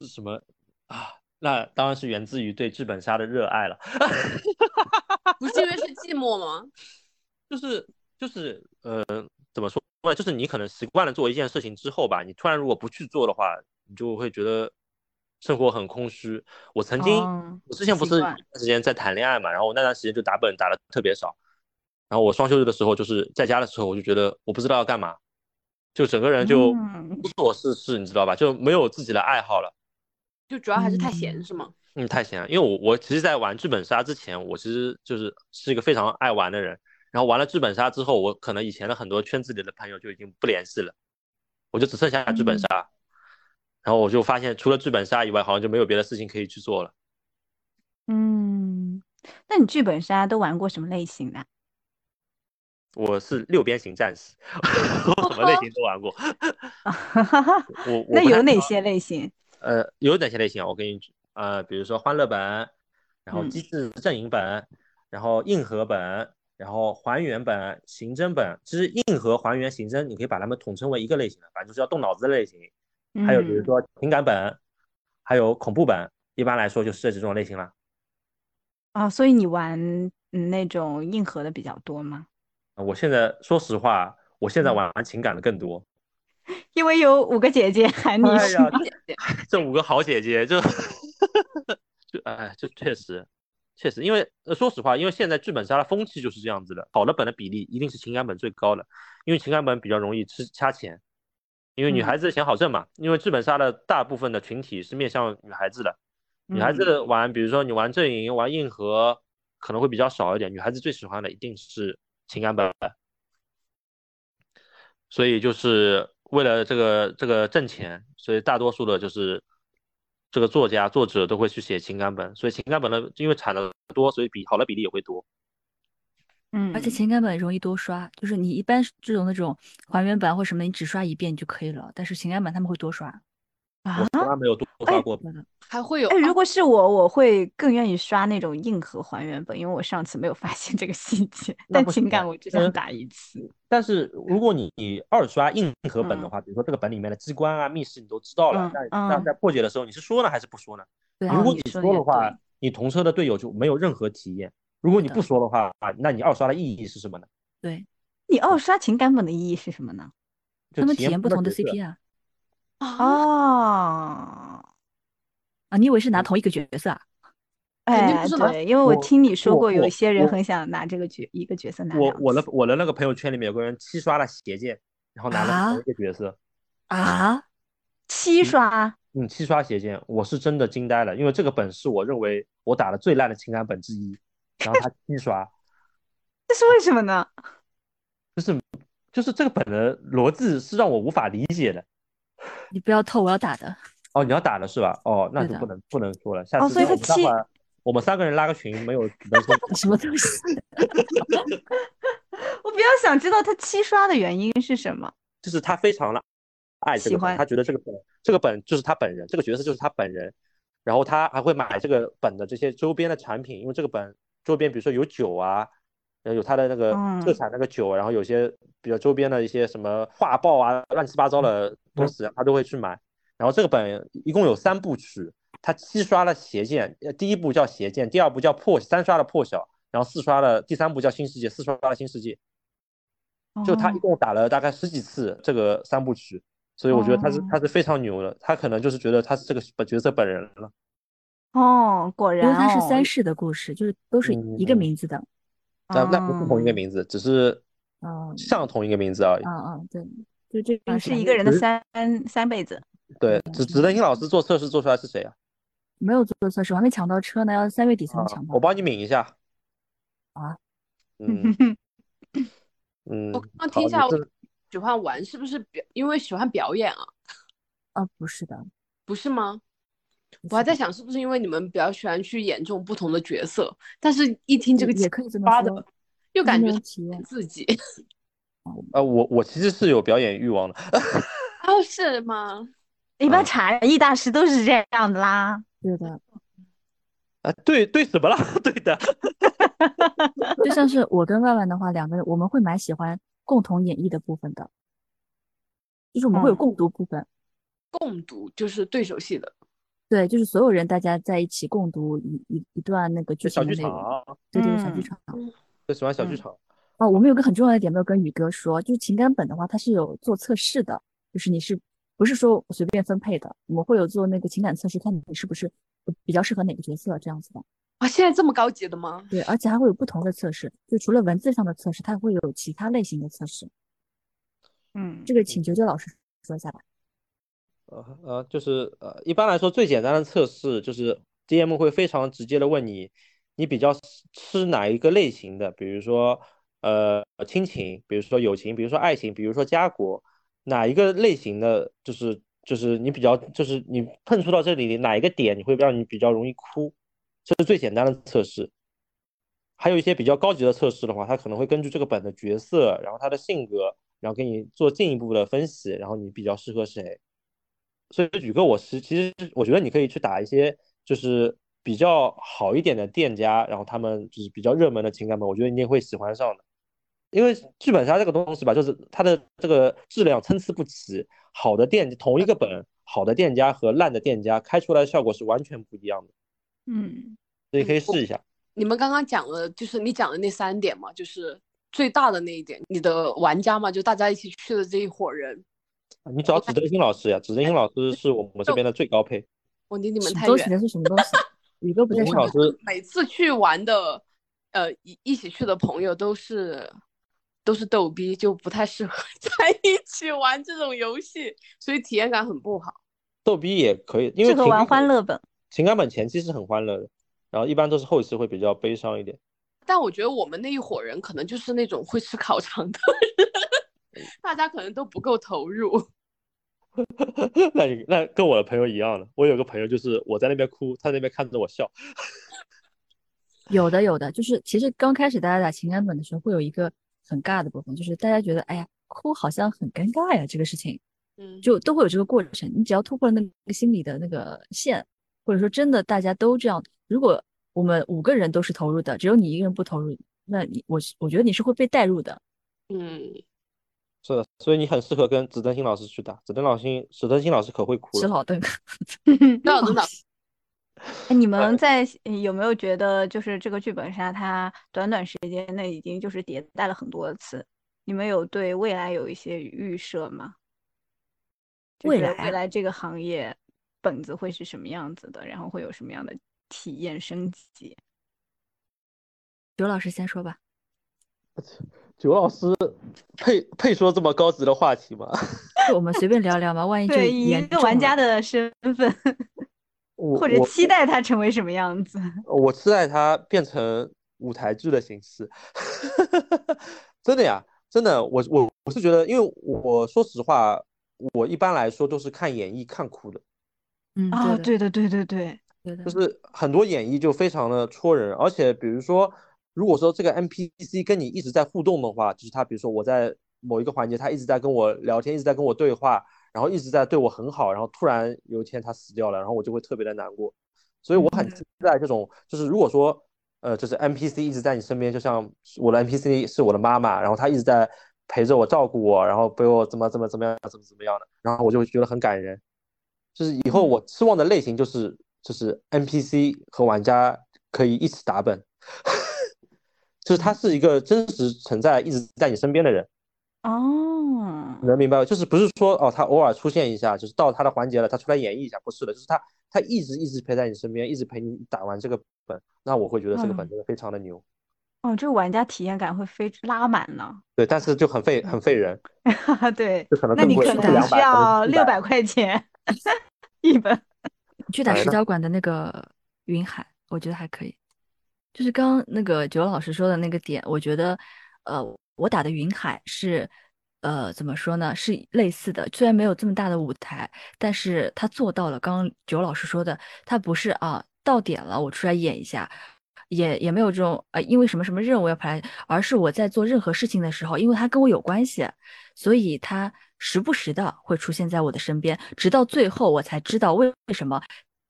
是什么啊？那当然是源自于对剧本杀的热爱了。
不是因为是寂寞吗？
就是就是呃，怎么说呢？就是你可能习惯了做一件事情之后吧，你突然如果不去做的话，你就会觉得生活很空虚。我曾经，
哦
我之前不
习
是有一
惯
段时间在谈恋爱嘛，然后我那段时间就打本打的特别少，然后我双休日的时候就是在家的时候，我就觉得我不知道要干嘛，就整个人呃就
嗯
无所事事，你知道吧？就没有自己的爱好了。
就主要还是太闲、
嗯
是吗？
嗯，太闲了，因为我我其实，在玩剧本杀之前，我其实就是是一个非常爱玩的人。然后玩了剧本杀之后，我可能以前的很多圈子里的朋友就已经不联系了，我就只剩下剧
嗯
本杀。然后我就发现，除了剧本杀以外，好像就没有别的事情可以去做了。
嗯，那你剧本杀都玩过什么类型的啊？
我是六边形战士，我什么类型都玩过。我我
那
不太
有哪
挑
些类型？
呃，有哪些类型啊？我给你举呃，比如说欢乐本，然后
嗯
机制阵营本，然后硬核本，然后还原本、刑侦本。其实硬核、还原、刑侦，你可以把它们统称为一个类型的，反正就是要动脑子的类型。还有比如
嗯
说情感本，还有恐怖本，一般来说就是这几种类型了。
哦，所以你玩嗯那种硬核的比较多吗？
呃我现在说实话，我现在
嗯
玩情感的更多。
因为有五个姐姐喊你
哎
是
呀，
姐姐
这五个好姐姐，就就哎，这确实确实，因为呃，说实话，因为现在剧本杀的风气就是这样子的，好的本的比例一定是情感本最高的，因为情感本比较容易吃掐钱，因为女
嗯
孩子的钱好挣嘛。因为剧本杀的大部分的群体是面向女孩子的，女孩
嗯
子玩，比如说你玩阵营、玩硬核，可能会比较少一点。女孩子最喜欢的一定是情感本，所以就是为了这个这个挣钱，所以大多数的就是这个作家作者都会去写情感本，所以情感本的因为产的多，所以比好的比例也会多。
嗯，
而且情感本容易多刷，就是你一般是这种那种还原版或什么，你只刷一遍你就可以了。但是情感版他们会多刷，
我
啊，
从来没有多刷过本，
还会有
哎，
啊
如果是我，我会更愿意刷那种硬核还原本，因为我上次没有发现这个细节，
那
但
不
情
行
感我只
嗯
想打一次。
但是如果你你二刷硬核本的
嗯
话，比如说这个本里面的机关啊、密室你都知道了
嗯，
那那
嗯
在破解的时候你是说呢还是不说呢？
对
如
啊
哦，
果
你
你
说
说
的也
的话
对，
你同车的队友就没有任何体验；如果你
的
不说的话，那你二刷的意义是什么呢？
对，
你二刷情感本的意义是什么呢？
他
就
们
体
体验
验
不同的
角色
CP 啊
啊，
哦，
啊！你以为
嗯
是拿同一个角色啊？
肯定
哎，
不是拿
对，因为我
我
听你说
我
过，有
我
一些人
我
很想拿这个角一个角色拿
我
两
我的
次。
我的那个朋友圈里面有个人七刷了邪剑，然后拿了同
啊
一个角色，
啊，
七刷，
嗯，七刷邪剑，我是真的惊呆了，因为这个本是我认为我打的最烂的情感本之一，然后他七刷，
这是为什么呢？
就是这个本的逻辑是让我无法理解的。
你不要透，我要打的。
哦，你要打了是吧？哦，那
对
就
的
不能不能说了，下
哦
次
所以
我
他
们待
七
会儿我们三个人拉个群，没有没 说
什么 东西？
我比较想知道他七刷的原因是什么。
就是他非常的爱这
喜
个本，
欢
他觉得这个本这个本就是他本人，这个角色就是他本人，然后他还会买这个本的这些周边的产品，因为这个本周边比如说有酒啊，呃有他的那个
嗯
特产那个酒，然后有些比较周边的一些什么画报啊，乱七八糟
嗯
的东西啊他都会去买。然后这个本一共有三部曲，他七刷了邪剑，呃第一部叫邪剑，第二部叫破，三刷了破晓，然后四刷了第三部叫新世界，四刷了新世界。就他一
哦
共打了大概十几次这个三部曲，所以我觉得他是他是非常牛的，他可能就是觉得他是这个本角色本人了。
哦，果
因为
然
它是
哦，
三世的故事，就是都是一个
嗯
名字的。
那那不是同一个
嗯
名字，只是
哦
像同一个名字而已
嗯。嗯，对，就这啊个
嗯是一个人的三三辈子。
对，指指定老师做测试做出来是谁啊？
没有做测试，我还没抢到车呢，要三月底才能抢到。
啊我帮你抿一下。
啊？
嗯嗯。
我刚刚听一下
好你这
喜欢玩是不是表？因为喜欢表演啊，
啊，不是的，
不是吗？
不
我还
是
在
的
想是不是因为你们比较喜欢去演这种不同的角色，但是一听这个
也也可以这么
八的
说，
又
就
感
没
觉
有
是
体验
自己
呃，我我其实是有表演欲望的。
啊，是吗？
一
嗯
般茶艺大师都是这样的啦。
对的，
啊，对对什么了？ 对的。
就像是我跟万万的话，两个人我们会蛮喜欢共同演绎的部分的，就是我们会有
嗯
共读部分。
共读就是对手戏的，
对，就是所有人大家在一起共读一一一段那个剧
就小
情
剧
的内容，
场，
对对，小剧
嗯
场。
就喜欢小剧
嗯
场。
哦，我们有个很重要的点没有跟宇哥说，就是情感本的话，它是有做测试的，就是你是不是说随便分配的，我们会有做那个情感测试，看你是不是比较适合哪个角色这样子的。
啊，现在这么高级的吗？
对，而且还会有不同的测试，就除了文字上的测试，它会有其他类型的测试。
嗯，
这个请九九老师说一下吧。
呃呃，就是呃，一般来说最简单的测试就是 DM 会非常直接的问你，你比较吃吃哪一个类型的，比如说呃亲情，比如说友情，比如说爱情，比如说家国，哪一个类型的就是就是你比较就是你碰触到这里哪一个点你会让你比较容易哭，这是最简单的测试。还有一些比较高级的测试的话，它可能会根据这个本的角色，然后他的性格，然后给你做进一步的分析，然后你比较适合谁。所以宇哥，我是其实我觉得你可以去打一些就是比较好一点的店家，然后他们就是比较热门的情感本，我觉得你也会喜欢上的。因为剧本杀这个东西吧，就是它的这个质量参差不齐，好的店同一个本，好的店家和烂的店家开出来的效果是完全不一样的，
嗯
所以可以试一下。
你们刚刚讲了，就是你讲的那三点嘛，就是最大的那一点，你的玩家嘛，就大家一起去的这一伙人。
你找指正星老师呀，指正星老师是我们这边的最高配。
我离你们
什么
太
东西？
远。
那是什么东西？宇哥 不
指
在
正
上
老
海，
师
每次去玩的，呃，一一起去的朋友都是都是逗逼，就不太适合 在一起玩这种游戏，所以体验感很不好。
逗逼也可以，因为
适合
情
玩
感
欢
本
乐本。
情感本前期是很欢乐的，然后一般都是后期会比较悲伤一点。
但我觉得我们那一伙人可能就是那种会吃烤肠的人，大家可能都不够投入。
那你那跟我的朋友一样的，我有个朋友就是我在那边哭，他在那边看着我笑。
有的有的，就是其实刚开始大家打情感本的时候，会有一个很尬的部分，就是大家觉得哎呀，哭好像很尴尬呀，这个事情。
嗯，
就都会有这个过程。你只要突破了那个心理的那个线，或者说真的大家都这样，如果我们五个人都是投入的，只有你一个人不投入，那你我是我觉得你是会被带入的。
嗯，
是的，所以你很适合跟紫灯星老师去打，紫灯老师紫灯星老师可会哭
吃
哦
了。
老邓，
那等等，
哎
呃
你们在有没有觉得，就是这个剧本杀，它短短时间内已经就是迭代了很多次？你们有对未来有一些预设吗？就
未
是
来啊
未来这个行业本子会是什么样子的，然后会有什么样的体验升级？
刘老师先说吧。
九老师配配说这么高级的话题吗？
就我们随便聊聊嘛，万一就
对，以一
严
个玩家
的
的身份，
我
或者
我
期待它成为什么样子？
我期待它变成舞台剧的形式， 真的呀，真的，我我我是觉得，因为我说实话，我一般来说都是看演绎看哭的，
嗯
啊，
对
对的，对对对，
的对的，
就是很多演绎就非常的戳人，而且比如说，如果说这个 NPC 跟你一直在互动的话，就是他比如说我在某一个环节，他一直在跟我聊天，一直在跟我对话，然后一直在对我很好，然后突然有一天他死掉了，然后我就会特别的难过，所以我很
嗯
期待这种，就是如果说。呃，就是 NPC 一直在你身边，就像我的 NPC 是我的妈妈，然后她一直在陪着我、照顾我，然后被我怎么怎么怎么样、怎么怎么样的，然后我就觉得很感人。就是以
嗯
后我期望的类型就是就是 NPC 和玩家可以一起打本， 就是
嗯
他是一个真实存在、一直在你身边的人，
哦，
能明白吗？就是不是说哦，他偶尔出现一下，就是到他的环节了，他出来演绎一下，不是的，就是他他一直一直陪在你身边，一直陪你打完这个本，那我会觉得这个本
嗯
真的非常的牛。
哦，这个玩家体验感会非拉满呢。
对，但是就很费很费人，
对，
就可能
那
更
你
贵，
可
是
200
的
能
可
需
能
要
400
六百块钱一本。
你去打
哎
石
那
角馆的那个云海，我觉得还可以。就是刚刚那个九老师说的那个点，我觉得，呃，我打的云海是，呃，怎么说呢，是类似的，虽然没有这么大的舞台，但是他做到了刚刚九老师说的，他不是啊到点了我出来演一下，也也没有这种呃因为什么什么任务要排，而是我在做任何事情的时候，因为它跟我有关系，所以它时不时的会出现在我的身边，直到最后我才知道为为什么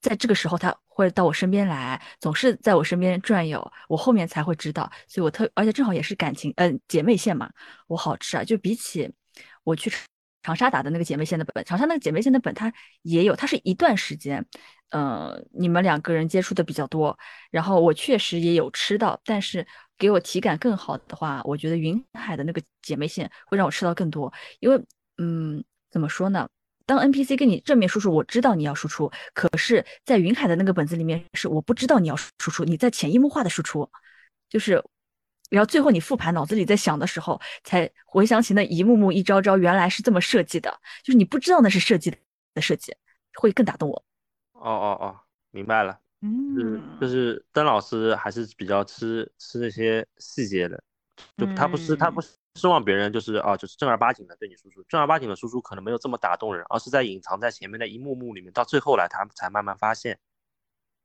在这个时候他会到我身边来，总是在我身边转悠，我后面才会知道，所以我特而且正好也是感情，嗯、姐妹线嘛，我好吃啊，就比起我去长长沙打的那个姐妹线的本，长沙那个姐妹线的本它也有，它是一段时间，呃，你们两个人接触的比较多，然后我确实也有吃到，但是给我体感更好的话，我觉得云海的那个姐妹线会让我吃到更多，因为嗯，怎么说呢？当 NPC 跟你正面输出，我知道你要输出，可是，在云海的那个本子里面是我不知道你要输出，你在潜移默化的输出，就是，然后最后你复盘脑子里在想的时候，才回想起那一幕幕一招招原来是这么设计的，就是你不知道那是设计的设计，会更打动我。
哦哦哦，明白了，就是
嗯，
就是邓老师还是比较吃吃那些细节的，就他不是他
嗯
不奢望别人就是啊就是正儿八经的对你输出，正儿八经的输出可能没有这么打动人，而是在隐藏在前面的一幕幕里面，到最后来他才慢慢发现。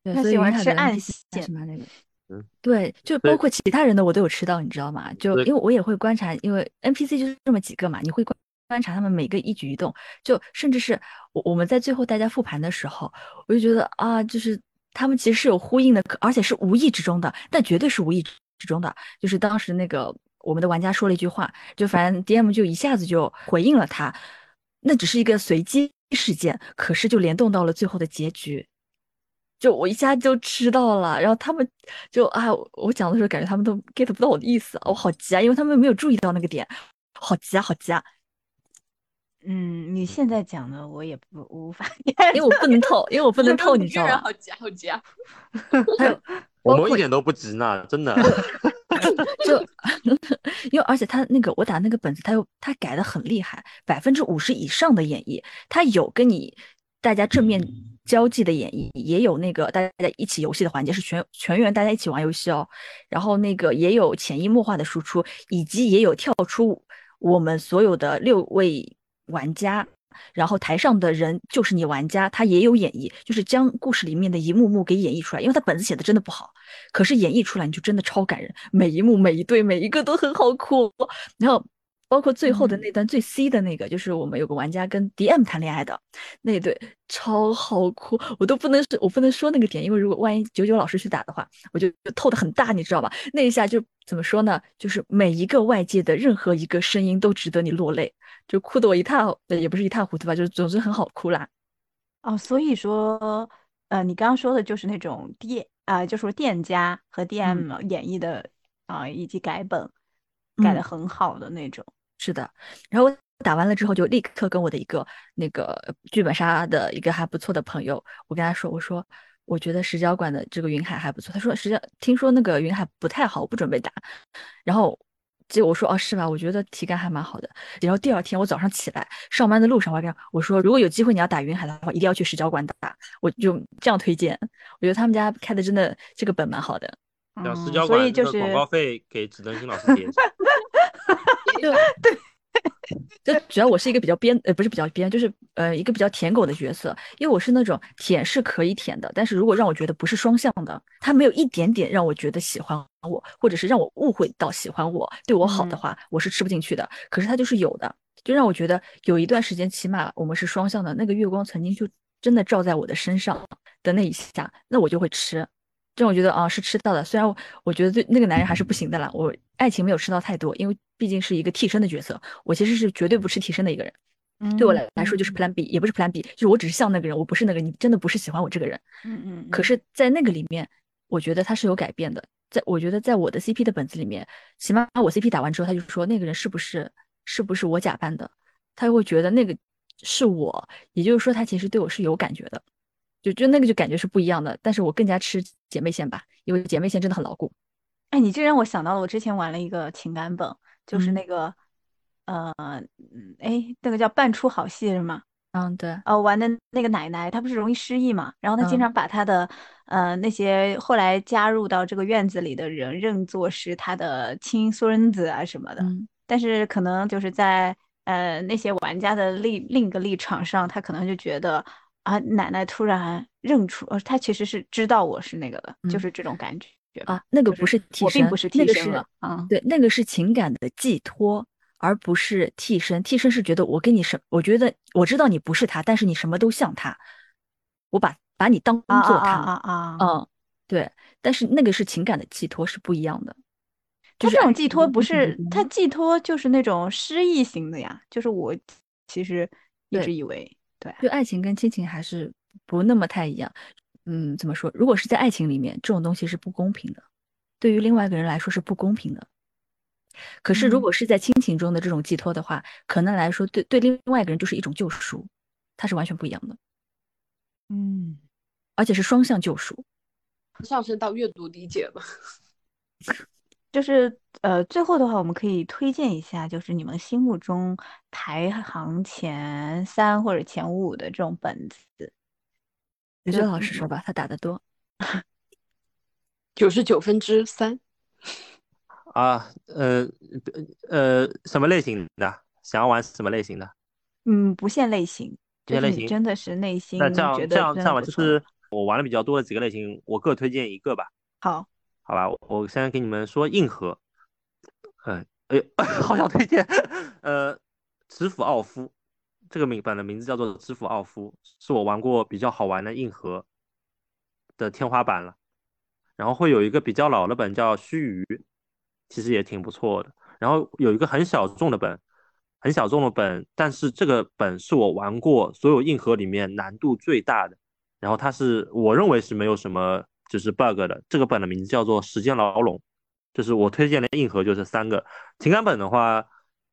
对，
他
所以
喜欢
云海
吃
的
暗
NPC 还
线
是蛮那个。
嗯，
对，就
所以
包括其他人的我都有吃到，你知道吗？就
所以
因为我也会观察，因为 NPC 就是这么几个嘛，你会观观察他们每个一举一动，就甚至是我我们在最后大家复盘的时候，我就觉得啊，就是他们其实是有呼应的，可而且是无意之中的，但绝对是无意之中的。就是当时那个我们的玩家说了一句话，就反正 DM 就一下子就回应了他，那只是一个随机事件，可是就联动到了最后的结局。就我一下就吃到了，然后他们就啊，我我讲的时候感觉他们都 get 不到我的意思，我好急啊，因为他们没有注意到那个点，好急啊，好急啊，
嗯，你现在讲的我也不无 法
因为我不能透，因为我不 能透，你知道
人
吧？
好夹好夹。
我
包
们
括
一点都不急呢，真 的。
就因为而且他那个我打那个本子，他又他改的很厉害，百分之五十以上的演绎，他有跟你大家正面交际的演绎，也有那个大家一起游戏的环节，是全全员大家一起玩游戏哦。然后那个也有潜移默化的输出，以及也有跳出我们所有的六位玩家。然后台上的人就是你玩家，他也有演绎，就是将故事里面的一幕幕给演绎出来，因为他本子写的真的不好，可是演绎出来你就真的超感人，每一幕、每一对、每一个都很好哭。然后包括最后的那段最 C 的那个，就是我们有个玩家跟 DM 谈恋爱的那一对，超好哭，我都不能说，我不能说那个点，因为如果万一九九老师去打的话，我就就透的很大，你知道吧？那一下就怎么说呢？就是每一个外界的任何一个声音都值得你落泪，就哭得我一塌，呃也不是一塌糊涂吧，就是总之很好哭啦。
哦，所以说，呃，你刚刚说的就是那种店啊、就是店家和 DM 演绎的啊、以及改本改的
嗯
很好的那种。
是的，然后我打完了之后，就立刻跟我的一个那个剧本杀的一个还不错的朋友，我跟他说，我说我觉得石角馆的这个云海还不错。他说石角听说那个云海不太好，我不准备打。然后结果我说哦是吧？我觉得体感还蛮好的。然后第二天我早上起来上班的路上，我还跟他我说如果有机会你要打云海的话，一定要去石角馆打，我就这样推荐。我觉得他们家开的真的这个本蛮好的。
像私
嗯
交
所以
馆
就
那个
是
广告费给指南星老师结 一下。
对对，就主要我是一个比较边呃不是比较边，就是呃一个比较舔狗的角色，因为我是那种舔是可以舔的，但是如果让我觉得不是双向的，他没有一点点让我觉得喜欢我，或者是让我误会到喜欢我对我好的
嗯
话，我是吃不进去的。可是他就是有的，就让我觉得有一段时间，起码我们是双向的，那个月光曾经就真的照在我的身上的那一下，那我就会吃。这种觉得啊是吃到的，虽然我我觉得对那个男人还是不行的啦，我爱情没有吃到太多，因为毕竟是一个替身的角色，我其实是绝对不吃替身的一个人。
嗯
对我来来说就是 Plan B，也不是 Plan B，就是我只是像那个人，我不是那个，你真的不是喜欢我这个人。
嗯嗯，
可
嗯
是，在那个里面，我觉得他是有改变的。在我觉得，在我的 CP 的本子里面，起码我 CP 打完之后，他就说那个人是不是是不是我假扮的，他会觉得那个是我，也就是说他其实对我是有感觉的，就就那个就感觉是不一样的。但是我更加吃姐妹线吧，因为姐妹线真的很牢固。
哎，你这让我想到了，我之前玩了一个情感本，就是
嗯
那个，呃，哎，那个叫半出好戏是吗？
嗯，对，
呃，玩的那个奶奶，她不是容易失忆嘛，然后她经
嗯
常把她的、呃那些后来加入到这个院子里的人认作是她的亲孙子啊什么的，
嗯
但是可能就是在呃那些玩家的另另一个立场上，他可能就觉得啊，奶奶突然认出，呃，她其实是知道我是那个的，就
嗯
是这种感觉吧。
啊，那个
就是
不是替
我
身，
并不是
那
替
个
身
是
了啊。
对，那个是情感的寄托，而不是替身。替身是觉得我跟你什，我觉得我知道你不是他，但是你什么都像他，我把把你当
啊
做
啊
他。
啊啊啊！
嗯，对，但是那个是情感的寄托是不一样的。
他
就是
这种
爱
寄
情
托
跟
不
亲情之
是，
间
他寄托就是那种诗意型的呀，就是我其实一
对
直以为，对啊，
就爱情跟亲情还是不那么太一样。嗯，怎么说？如果是在爱情里面，这种东西是不公平的，对于另外一个人来说是不公平的。可是
嗯
如果是在亲情中的这种寄托的话，可能来说对对另外一个人就是一种救赎，它是完全不一样的，
嗯，
而且是双向救赎。
上升到阅读理解了。
就是呃，最后的话，我们可以推荐一下，就是你们心目中排行前三或者前五的这种本子。嗯
刘觉得老师说吧，他打得多。
九十九分之三，
啊，呃呃，什么类型的？想要玩什么类型的？
嗯，不限类型，
不
就
限
是
类
你
型
真的是内心
那这样
觉
这
得
样这
真的
样吧，
不
就
错
是我玩的比较多的几个类型，我各推荐一个吧，
好，
好吧？我先给你们说硬核，嗯、哎呦， 好想推荐，呃，知府奥夫，这个名本的名字叫做知府奥夫，是我玩过比较好玩的硬核的天花板了。然后会有一个比较老的本叫须臾，其实也挺不错的。然后有一个很小众的本，很小众的本，但是这个本是我玩过所有硬核里面难度最大的。然后它是我认为是没有什么就是 bug 的。这个本的名字叫做《时间牢笼》，就是我推荐的硬核就是三个。情感本的话，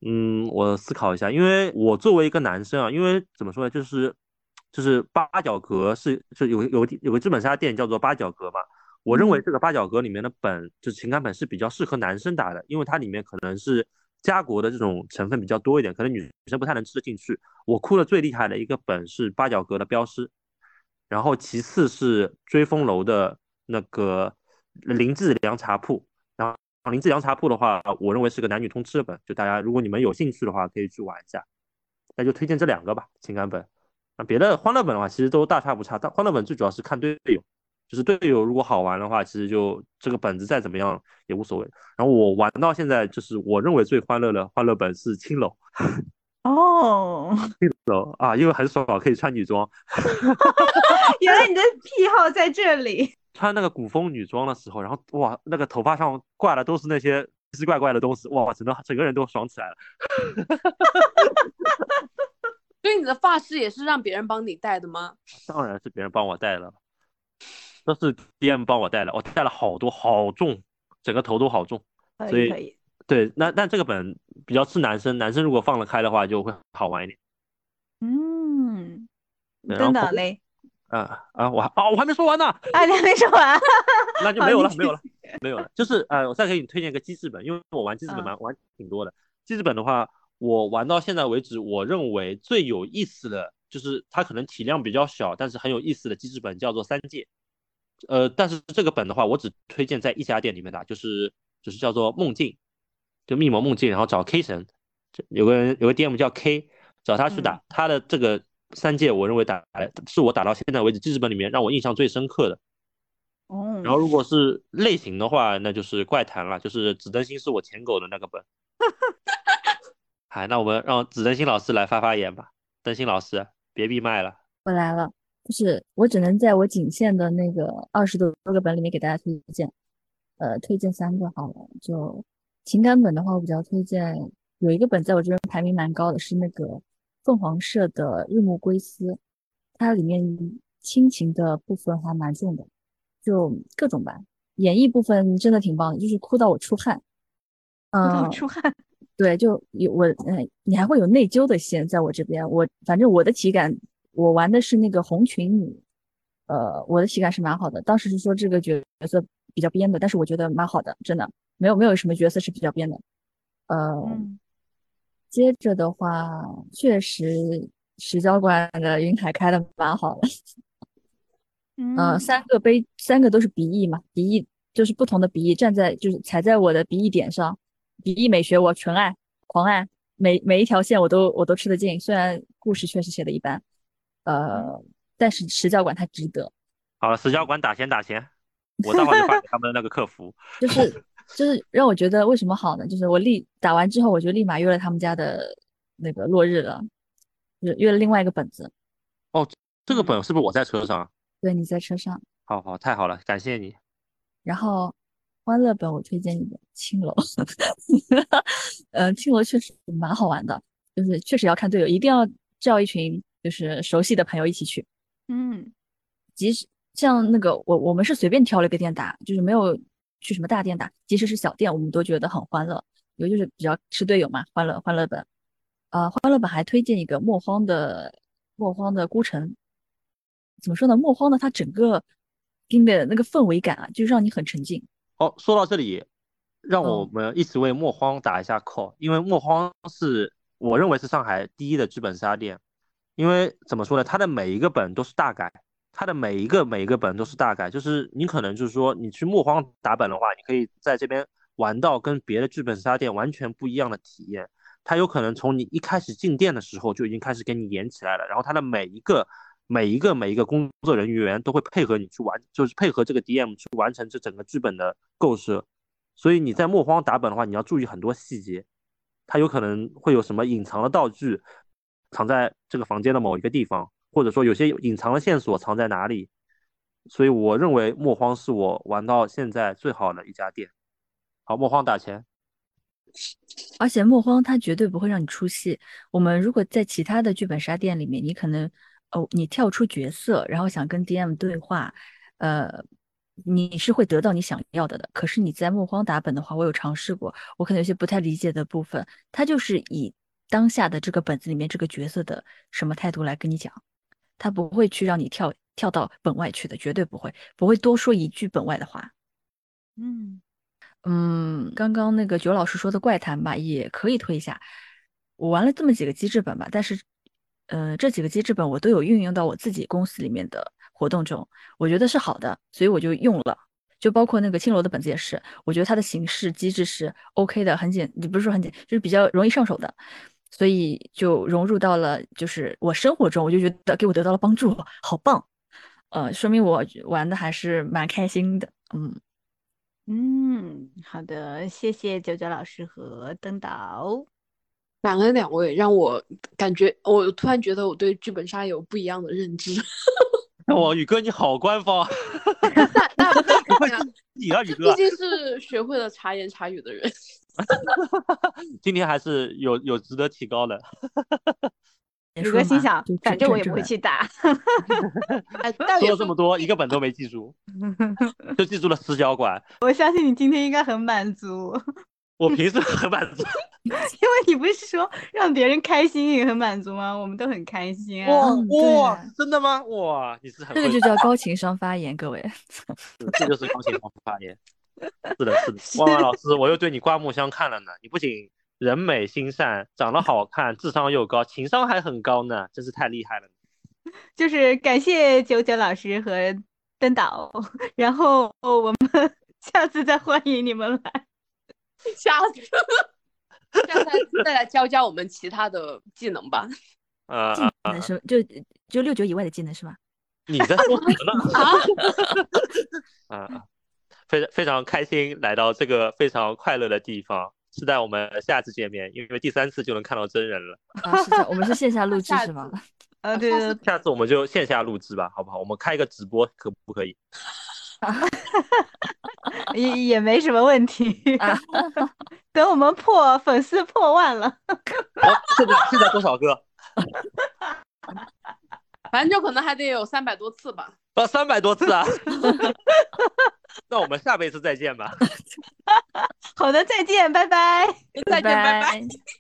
嗯，我思考一下，因为我作为一个男生啊，因为怎么说呢，就是就是八角格是是有有有个剧本杀店叫做八角格嘛。我认为
嗯
这个八角格里面的本，就是情感本是比较适合男生打的，因为它里面可能是家国的这种成分比较多一点，可能女生不太能吃得进去。我哭的最厉害的一个本是八角格的标识，然后其次是追风楼的那个林志凉茶铺，然后林志凉茶铺的话，我认为是个男女通吃的本，就大家如果你们有兴趣的话，可以去玩一下。那就推荐这两个吧，情感本。那别的欢乐本的话，其实都大差不差，但欢乐本最主要是看队友，就是队友如果好玩的话，其实就这个本子再怎么样也无所谓。然后我玩到现在，就是我认为最欢乐的欢乐本是青楼。
哦，
楼啊，因为很爽，可以穿女装，
原来你的癖好在这 里。
穿那个古风女装的时候，然后哇，那个头发上挂的都是那些奇奇怪怪的东西，哇，整个整个人都爽起来了。
所以你的发饰也是让别人帮你戴的吗？
当然是别人帮我带了，都是 DM 帮我带的，我带了好多，好重，整个头都好重。
可
所
以
以
可以，
对，那但这个本比较吃男生，男生如果放得开的话就会好玩一点。
嗯，
对
真
然后
的
口
嘞，
啊啊，我还啊我还没说完呢，
啊，你还没说完，
那就
好
没有了，
你
没有 了，没有了。就是呃，我再给你推荐一个机制本，因为我玩机制本
嗯
玩玩挺多的。机制本的话，我玩到现在为止，我认为最有意思的就是它可能体量比较小，但是很有意思的机制本叫做三界。呃，但是这个本的话，我只推荐在一家店里面打，就是就是叫做梦境，就密谋梦境，然后找 K 神，这有个人有个 DM 叫 K，找他去打、
嗯
他的这个三界，我认为打是我打到现在为止记事本里面让我印象最深刻的。
嗯，
然后如果是类型的话，那就是怪谈了，就是紫灯星是我舔狗的那个本。哎，那我们让紫灯星老师来发发言吧，灯星老师别闭麦了。
我来了，就是我只能在我仅限的那个二十多个本里面给大家推荐，呃，推荐三个好了。就情感本的话，我比较推荐有一个本在我这边排名蛮高的，是那个凤凰社的《日暮归思》，它里面亲情的部分还蛮重的，就各种吧。演绎部分真的挺棒的，就是哭到我出汗。
我都
嗯，
出汗。
对，就有我，嗯，你还会有内疚的线在我这边。我反正我的体感，我玩的是那个红裙女，呃，我的体感是蛮好的。当时是说这个角色比较编的，但是我觉得蛮好的，真的没有没有什么角色是比较编的。呃，
嗯，
接着的话，确实石教官的云海开的蛮好的。呃，
嗯，
三个杯，三个都是鼻翼嘛，鼻翼就是不同的鼻翼，站在就是踩在我的鼻翼点上，鼻翼美学我纯爱狂爱，每每一条线我都我都吃得进，虽然故事确实写的一般，呃，但是石教馆它值得，
好了，石教馆打钱打钱，我待会儿就发给他们那个客服。
就是就是让我觉得为什么好呢？就是我立打完之后，我就立马约了他们家的那个落日了，就是约了另外一个本子，
这个本是不是我在车上啊？
对，你在车上，
好好，太好了，感谢你。
然后欢乐本我推荐你的青楼， 呃，青楼确实蛮好玩的，就是确实要看队友，一定要叫一群就是熟悉的朋友一起去，
嗯
即使像那个我我们是随便挑了一个店打，就是没有去什么大店打，即使是小店，我们都觉得很欢乐，尤其是比较是队友嘛，欢乐欢乐本，呃，欢乐本还推荐一个磨荒的磨荒的孤城，怎么说呢？磨荒呢，它整个给你的那个氛围感啊，就让你很沉浸。
好，哦说到这里，让我
嗯
们一起为磨荒打一下 call，、因为磨荒是我认为是上海第一的剧本杀店。因为怎么说呢，它的每一个本都是大改，它的每一个每一个本都是大改，就是你可能就是说你去磨荒打本的话，你可以在这边玩到跟别的剧本杀店完全不一样的体验。它有可能从你一开始进店的时候就已经开始给你演起来了，然后它的每一个每一个每一个工作人员都会配合你去完，就是配合这个 DM 去完成这整个剧本的构设。所以你在磨荒打本的话，你要注意很多细节，它有可能会有什么隐藏的道具藏在这个房间的某一个地方，或者说有些隐藏的线索藏在哪里。所以我认为磨荒是我玩到现在最好的一家店。好，磨荒打钱。
而且莫慌它绝对不会让你出戏。我们如果在其他的剧本杀店里面，你可能哦，你跳出角色，然后想跟 DM 对话，呃，你是会得到你想要的的。可是你在莫慌打本的话，我有尝试过，我可能有些不太理解的部分，它就是以当下的这个本子里面这个角色的什么态度来跟你讲，它不会去让你跳跳到本外去的，绝对不会，不会多说一句本外的话。
嗯
嗯，刚刚那个九老师说的怪谈吧，也可以推一下。我玩了这么几个机制本吧，但是，呃，这几个机制本我都有运用到我自己公司里面的活动中，我觉得是好的，所以我就用了。就包括那个青楼的本子也是，我觉得它的形式机制是 OK 的，很简，也不是说很简，就是比较容易上手的，所以就融入到了就是我生活中，我就觉得给我得到了帮助，好棒，呃，说明我玩的还是蛮开心的，嗯。
嗯，好的，谢谢九九老师和登岛。
感恩两位，让我感觉，我突然觉得我对剧本杀有不一样的认 知。
哇，宇哥你好官方 啊，
那那 不是这样
你啊，宇
这
哥
毕，竟是学会了察言察语的人。
今天还是有有值得提高的。
也
宇
说
哥心
嘛
想
就，
反
正
正我
正
也
治
不会
本
去打。
哎，但
说
也
了这么多，一个本都没记 住，就记住了死角馆。
我相信你今天应该很满足，
我平时很满足。
因为你不是说让别人开心也很满足吗？我们都很开心啊。
哇
嗯对
哇
啊，
真的吗？哇，你是 很
这个
会
就叫高情商发言，各位。
这就是高情商发言。是的，是的，万万老师，我又对你刮目相看了呢。你不仅人美心善，长得好看，智商又高，情商还很高呢，真是太厉害了。
就是感谢九九老师和登岛， 然后我们 下次再欢迎你们来。
下次，下次再来教教我们其他的技能吧。
呃，
技
啊
能是就就六九以外的技能是吧？
你在说什么呢？啊，
啊，
啊非常非常开心来到这个非常快乐的地方，期待我们下次见面，因为第三次就能看到真人了。
啊，是的，我们是线下录制
下
是吧？
呃，
下
对
次
对，
下次我们就线下录制吧，好不好？我们开一个直播，可不可以？
对 也也没什么问题。
啊
等我们破粉丝破万了，
哦，现在现在多少个？
反正就可能还得有三百多次吧。
啊，三百多次啊！ 那我们下辈子再见吧。
好的，再见，拜拜。
再见，拜拜。
拜。